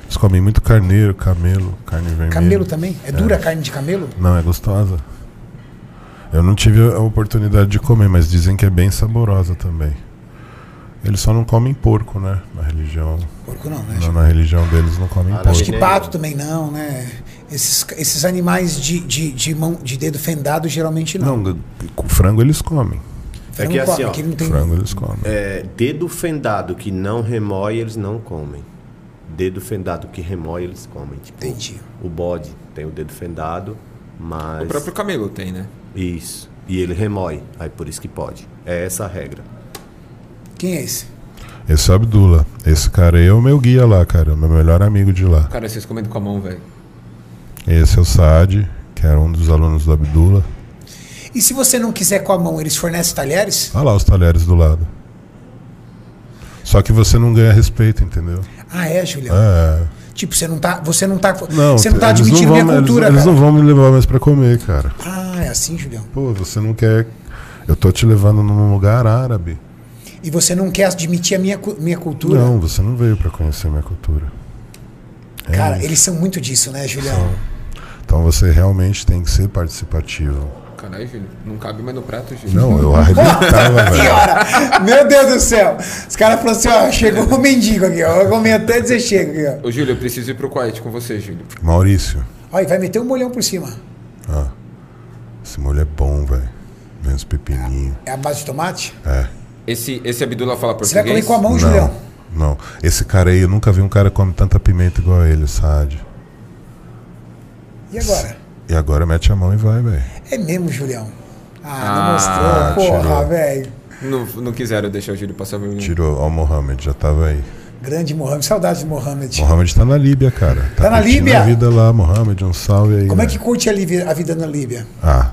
Eles comem muito carneiro, camelo, carne vermelha.
Camelo também? É dura a carne de camelo?
Não, é gostosa. Eu não tive a oportunidade de comer, mas dizem que é bem saborosa também. Eles só não comem porco, né? Na religião.
Porco não, né?
Na,
Julião?
na religião deles não comem
Árabe,
Acho
porco.
que pato também não, né? Esses, esses animais de, de, de, mão, de dedo fendado geralmente não.
Não, g- com frango eles comem.
É que
Frango
assim,
come,
ó,
que ele não tem-
Frango eles comem.
é, dedo fendado que não remói, eles não comem. Dedo fendado que remói, eles comem. Tipo,
Entendi.
O bode tem o dedo fendado, mas.
O próprio camelo tem, né?
Isso. E ele remói. Aí por isso que pode. É essa a regra.
Quem é esse?
Esse é o Abdullah. Esse cara aí é o meu guia lá, cara. É o meu melhor amigo de lá.
Cara, vocês comendo com a mão, velho.
Esse é o Saad, que era um dos alunos do Abdullah.
E se você não quiser com a mão, eles fornecem talheres?
Olha lá os talheres do lado. Só que você não ganha respeito, entendeu?
Ah, é, Julião.
É.
Tipo, você não tá. Você não tá.
Não,
você não tá
eles
admitindo
vão-
minha cultura,
Eles, eles
cara.
não vão me levar mais pra comer, cara.
Ah, é assim, Julião.
Pô, você não quer. Eu tô te levando num lugar árabe.
E você não quer admitir a minha, cu- minha cultura?
Não, você não veio pra conhecer minha cultura. É
Cara,
isso.
eles são muito disso, né, Julião?
Então você realmente tem que ser participativo.
Caralho, Júlio, não cabe mais no prato, Júlio.
Não, eu arrebentava, velho.
Senhora! Meu Deus do céu! Os caras falaram assim, ó, chegou o mendigo aqui, ó. Eu comi até dizer chega aqui,
Ô, Júlio, eu preciso ir pro quiet com você, Júlio.
Maurício,
ó. Ó, e vai meter um molhão por cima.
esse molho é bom, velho. Vem uns pepininhos.
É a base de tomate?
Esse, esse Abdullah fala português?
Você vai comer com a mão,
Não,
Julião?
não. Esse cara aí, eu nunca vi um cara que come tanta pimenta igual ele, Saad.
E agora?
E agora mete a mão e vai, velho.
É mesmo, Julião.
Ah,
Ah, não mostrou. Porra,
tirou.
velho.
Não, não quiseram deixar o Júlio passar vergonha.
Tirou. Ó, o Mohamed, já tava aí.
Grande Mohamed. Saudades do Mohamed.
Mohamed tá na Líbia, cara. Tá,
na
curtindo
Líbia?
a vida lá, Mohamed, um salve aí.
Como é
né?
que curte a, Líbia- a vida na Líbia?
Ah,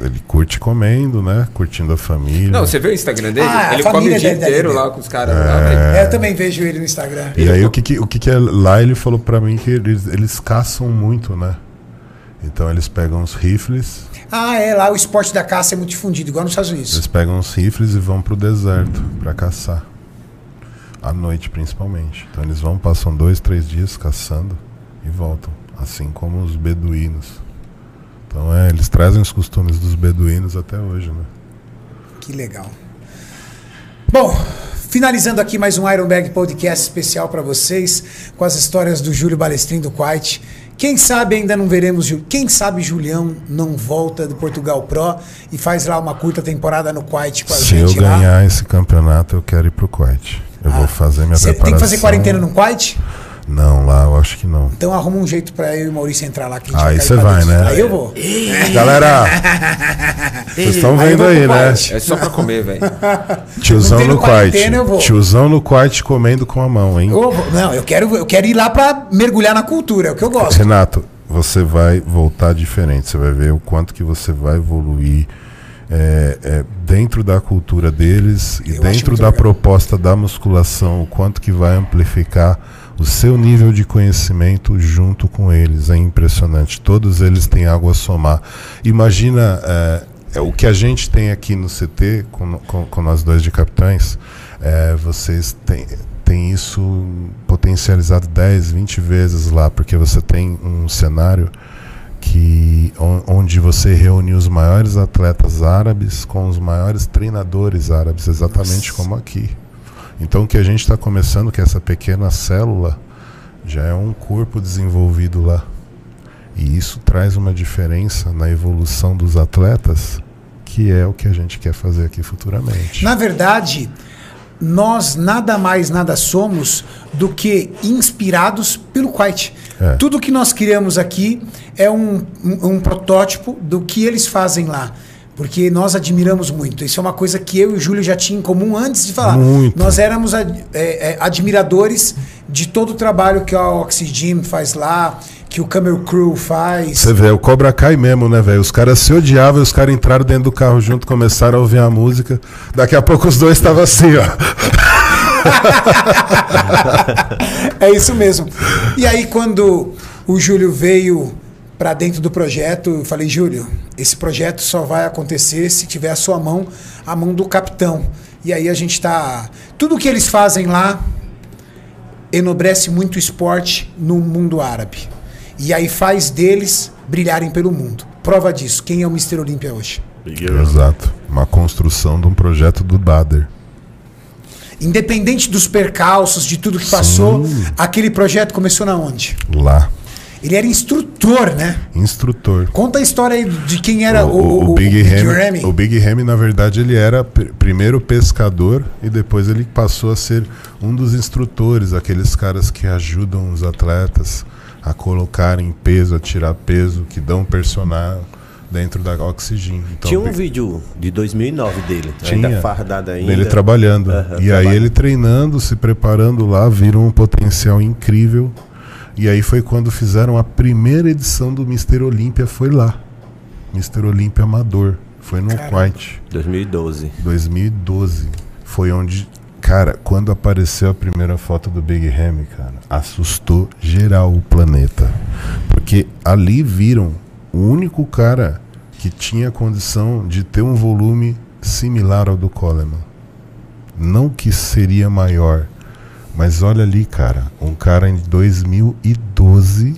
ele curte comendo, né? Curtindo a família.
Não, você vê o Instagram dele?
Ah, a
ele come
família
o dia
dele tá
inteiro
ali, né?
lá com os caras. lá,
É.
velho.
É, Eu também vejo ele no Instagram.
E aí o que que, o que que é lá ele falou pra mim que eles, eles caçam muito, né? Então eles pegam os rifles,
Ah, é, lá o esporte da caça é muito difundido, igual nos Estados Unidos.
eles pegam os rifles e vão pro deserto pra caçar. À noite principalmente. Então eles vão, passam dois, três dias caçando e voltam. Assim como os beduínos. Então é, eles trazem os costumes dos beduínos até hoje, né?
Que legal. Bom, finalizando aqui mais um Iron Bag Podcast especial para vocês, com as histórias do Júlio Balestrin do Quite. Quem sabe ainda não veremos, Ju- quem sabe Julião não volta do Portugal Pro e faz lá uma curta temporada no Quite com a
Se eu
gente lá. Ah,
ganhar esse campeonato, eu quero ir pro Kuwait. Eu vou fazer minha
Você
preparação.
tem que fazer quarentena no Quite?
Não, lá eu acho que não.
Então arruma um jeito para eu e o Maurício entrar lá. Que a gente
Aí
cair
você
pra
vai,
dentro.
né?
Aí eu vou.
Galera, vocês estão
Aí eu
vendo
vou
aí,
pro
né?
Kuwait.
É só pra comer, velho.
Tiozão
Não tem
no
no quarentena, eu vou.
Kuwait. Tiozão no Kuwait comendo com a mão, hein?
Eu vou- Não, eu quero, eu quero ir lá pra mergulhar na cultura, é o que eu gosto.
Renato, você vai voltar diferente. Você vai ver o quanto que você vai evoluir é, é, dentro da cultura deles e
Eu acho
dentro
muito
da
legal.
proposta da musculação, o quanto que vai amplificar o seu nível de conhecimento junto com eles. É impressionante. Todos eles têm algo a somar. Imagina é, é, o que a gente tem aqui no CT, com, com- com nós dois de capitães, é, vocês têm, têm isso potencializado 10, 20 vezes lá, porque você tem um cenário que on- onde você reúne os maiores atletas árabes com os maiores treinadores árabes, exatamente como aqui. Então o que a gente está começando, que é essa pequena célula já é um corpo desenvolvido lá. E isso traz uma diferença na evolução dos atletas, que é o que a gente quer fazer aqui futuramente.
Na verdade, nós nada mais nada somos do que inspirados pelo Quite.
É.
Tudo que nós criamos aqui é um, um, um protótipo do que eles fazem lá. Porque nós admiramos muito. Isso é uma coisa que eu e o Júlio já tinham em comum antes de falar.
Muito.
Nós éramos ad- é, é, admiradores de todo o trabalho que a Oxygen faz lá, que o Camel Crew faz.
Você vê, o Cobra Kai mesmo, né, velho? Os caras se odiavam e os caras entraram dentro do carro junto, começaram a ouvir a música. Daqui a pouco os dois estavam assim, ó.
É isso mesmo. E aí, quando o Júlio veio para dentro do projeto, eu falei, Júlio, esse projeto só vai acontecer se tiver a sua mão, a mão do capitão. E aí a gente tá. Tudo que eles fazem lá enobrece muito o esporte no mundo árabe. E aí faz deles brilharem pelo mundo. Prova disso. Quem é o Mr. Olímpia hoje?
Exato. Uma construção de um projeto do Bader.
Independente dos percalços, de tudo que passou, aquele projeto começou na onde?
Lá.
Ele era instrutor, né?
Instrutor.
Conta a história aí de quem era
O,
o,
o- o Big
Remy.
Ham, o Big Ham, na verdade, ele era pr- primeiro pescador e depois ele passou a ser um dos instrutores, aqueles caras que ajudam os atletas a colocarem peso, a tirar peso, que dão personal dentro da oxigênio. Então,
Tinha
o
um
Big-
vídeo de 2009 dele, ainda fardado ainda.
Ele trabalhando.
Aham,
e aí
trabalhando.
ele treinando, se preparando lá, viram um potencial incrível. E aí foi quando fizeram a primeira edição do Mister Olímpia, foi lá. Mister Olímpia Amador. Foi no Quite.
2012.
2012. Foi onde. Cara, quando apareceu a primeira foto do Big Ham, cara, assustou geral o planeta. Porque ali viram o único cara que tinha condição de ter um volume similar ao do Coleman. Não que seria maior. Mas olha ali, cara. Um cara em 2012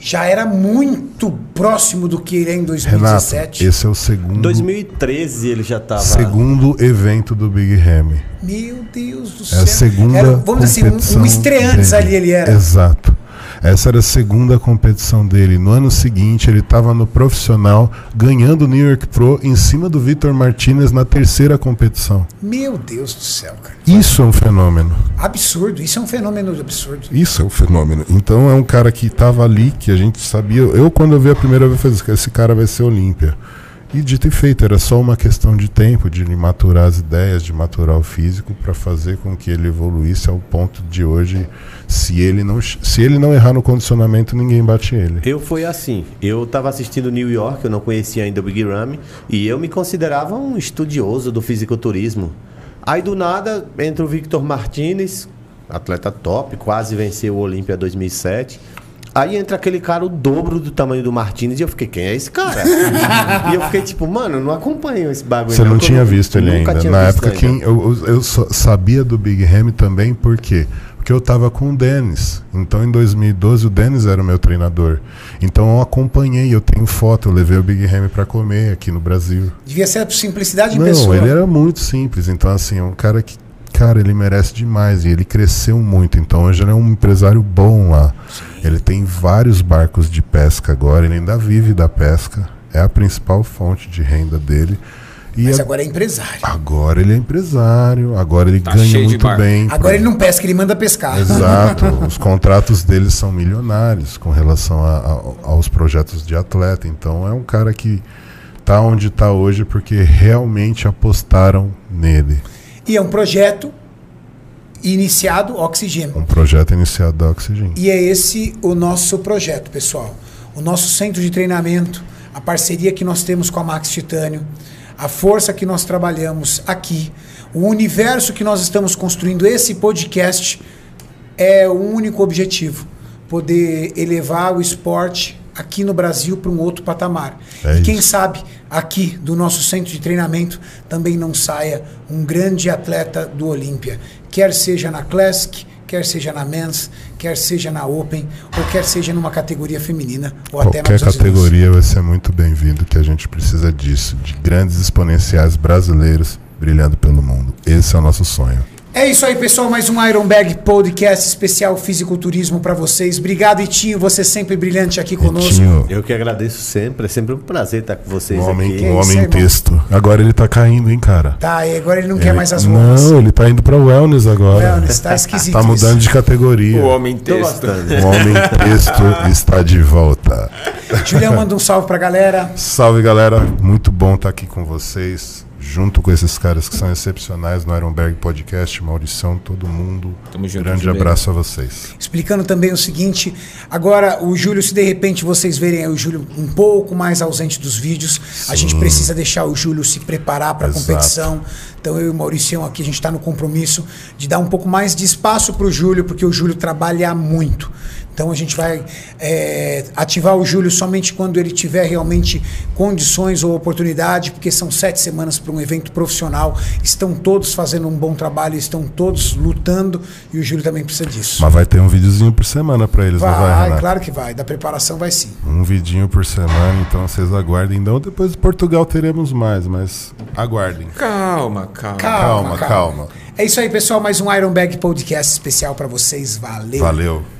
já era muito próximo do que ele é em
Renato,
2017.
esse é o segundo,
2013 ele já tava.
segundo evento do Big Ham.
Meu Deus do
É
céu.
a segunda
Era, vamos dizer assim, um,
competição
um estreantes
dele.
ali ele era.
Exato. Essa era a segunda competição dele. No ano seguinte, ele estava no profissional, ganhando o New York Pro em cima do Vitor Martinez na terceira competição.
Meu Deus do céu, cara.
Isso é um fenômeno.
Absurdo. Isso é um fenômeno absurdo.
Isso é um fenômeno. Então é um cara que estava ali, que a gente sabia. Eu, quando eu vi a primeira vez, eu falei, "Esse- esse cara vai ser Olímpia. E dito e feito, era só uma questão de tempo, de ele maturar as ideias, de maturar o físico, para fazer com que ele evoluísse ao ponto de hoje, se ele não, se ele não errar no condicionamento, ninguém bate ele.
Eu fui assim. Eu tava assistindo New York, eu não conhecia ainda o Big Ram, e eu me considerava um estudioso do fisiculturismo. Aí do nada entra o Victor Martinez, atleta top, quase venceu o Olímpia 2007. Aí entra aquele cara o dobro do tamanho do Martinez e eu fiquei, quem é esse cara? e eu fiquei tipo, mano, eu não acompanho esse bagulho.
Você não
porque eu
tinha
nu-
visto ele
é um nunca
ainda.
tinha
Na
visto
época,
ainda.
quem eu, eu- eu só sabia do Big Ham também, por quê? Porque eu tava com o Dennis. Então, em 2012, o Dennis era o meu treinador. Então, eu acompanhei, eu tenho foto, eu levei o Big Ham pra comer aqui no Brasil.
Devia ser a simplicidade
Não,
de pessoa.
ele era muito simples. Então, assim, é um cara que, cara, ele merece demais. E ele cresceu muito. Então, hoje ele é um empresário bom lá. Ele tem vários barcos de pesca agora. Ele ainda vive da pesca. É a principal fonte de renda dele. E
Mas
a-
agora é empresário.
Agora ele é empresário, agora ele
Tá
ganha
cheio de
muito
barco.
bem.
Agora ele não pesca, ele manda pescar.
Exato, os contratos dele são milionários com relação a- a- aos projetos de atleta. Então é um cara que tá onde tá hoje porque realmente apostaram nele.
E é um projeto iniciado Oxigênio.
Um projeto iniciado da Oxygen.
E é esse o nosso projeto, pessoal. O nosso centro de treinamento, a parceria que nós temos com a Max Titânio, a força que nós trabalhamos aqui, o universo que nós estamos construindo, esse podcast é o único objetivo: poder elevar o esporte aqui no Brasil para um outro patamar.
É
e quem
isso.
sabe aqui do nosso centro de treinamento também não saia um grande atleta do Olímpia, quer seja na Classic, quer seja na Men's, quer seja na Open, ou quer seja numa categoria feminina ou até
Qualquer
mais
categoria vai ser muito bem-vindo, que a gente precisa disso, de grandes exponenciais brasileiros brilhando pelo mundo. Esse é o nosso sonho.
É isso aí, pessoal. Mais um Iron Bag Podcast especial fisiculturismo para vocês. Obrigado, Itinho. Você sempre brilhante aqui conosco.
Etinho.
Eu que agradeço sempre, é sempre um prazer estar com vocês
Um homem,
aqui.
um
é isso
homem
aí,
em texto. Agora ele tá caindo, hein, cara?
Tá, e agora ele não quer
Ele-
mais as roupas.
É, Não, ele tá indo pra wellness agora.
Wellness, tá esquisito
Tá mudando
isso.
de categoria.
O homem
Tô
texto.
gostando.
O homem texto está de volta.
Julião manda um salve pra galera.
Salve, galera. Muito bom estar aqui com vocês. Junto com esses caras que são excepcionais no Ironberg Podcast, Maurição, todo mundo.
Tamo junto,
Grande
Julião.
abraço a vocês.
Explicando também o seguinte: agora o Júlio, se de repente vocês verem aí o Júlio um pouco mais ausente dos vídeos, a gente precisa deixar o Júlio se preparar para a
Exato.
competição. Então eu e o Mauricião aqui, a gente está no compromisso de dar um pouco mais de espaço para o Júlio, porque o Júlio trabalha muito. Então a gente vai é, ativar o Júlio somente quando ele tiver realmente condições ou oportunidade, porque são sete semanas para um evento profissional. Estão todos fazendo um bom trabalho, estão todos lutando e o Júlio também precisa disso.
Mas vai ter um videozinho por semana pra eles, não vai,
Vai,
Renato?
claro que vai. Da preparação vai sim.
Um vidinho por semana, então vocês aguardem. Então depois de Portugal teremos mais, mas aguardem.
Calma, calma.
Calma, calma.
É isso aí, pessoal. Mais um Iron Bag Podcast especial pra vocês. Valeu.
Valeu.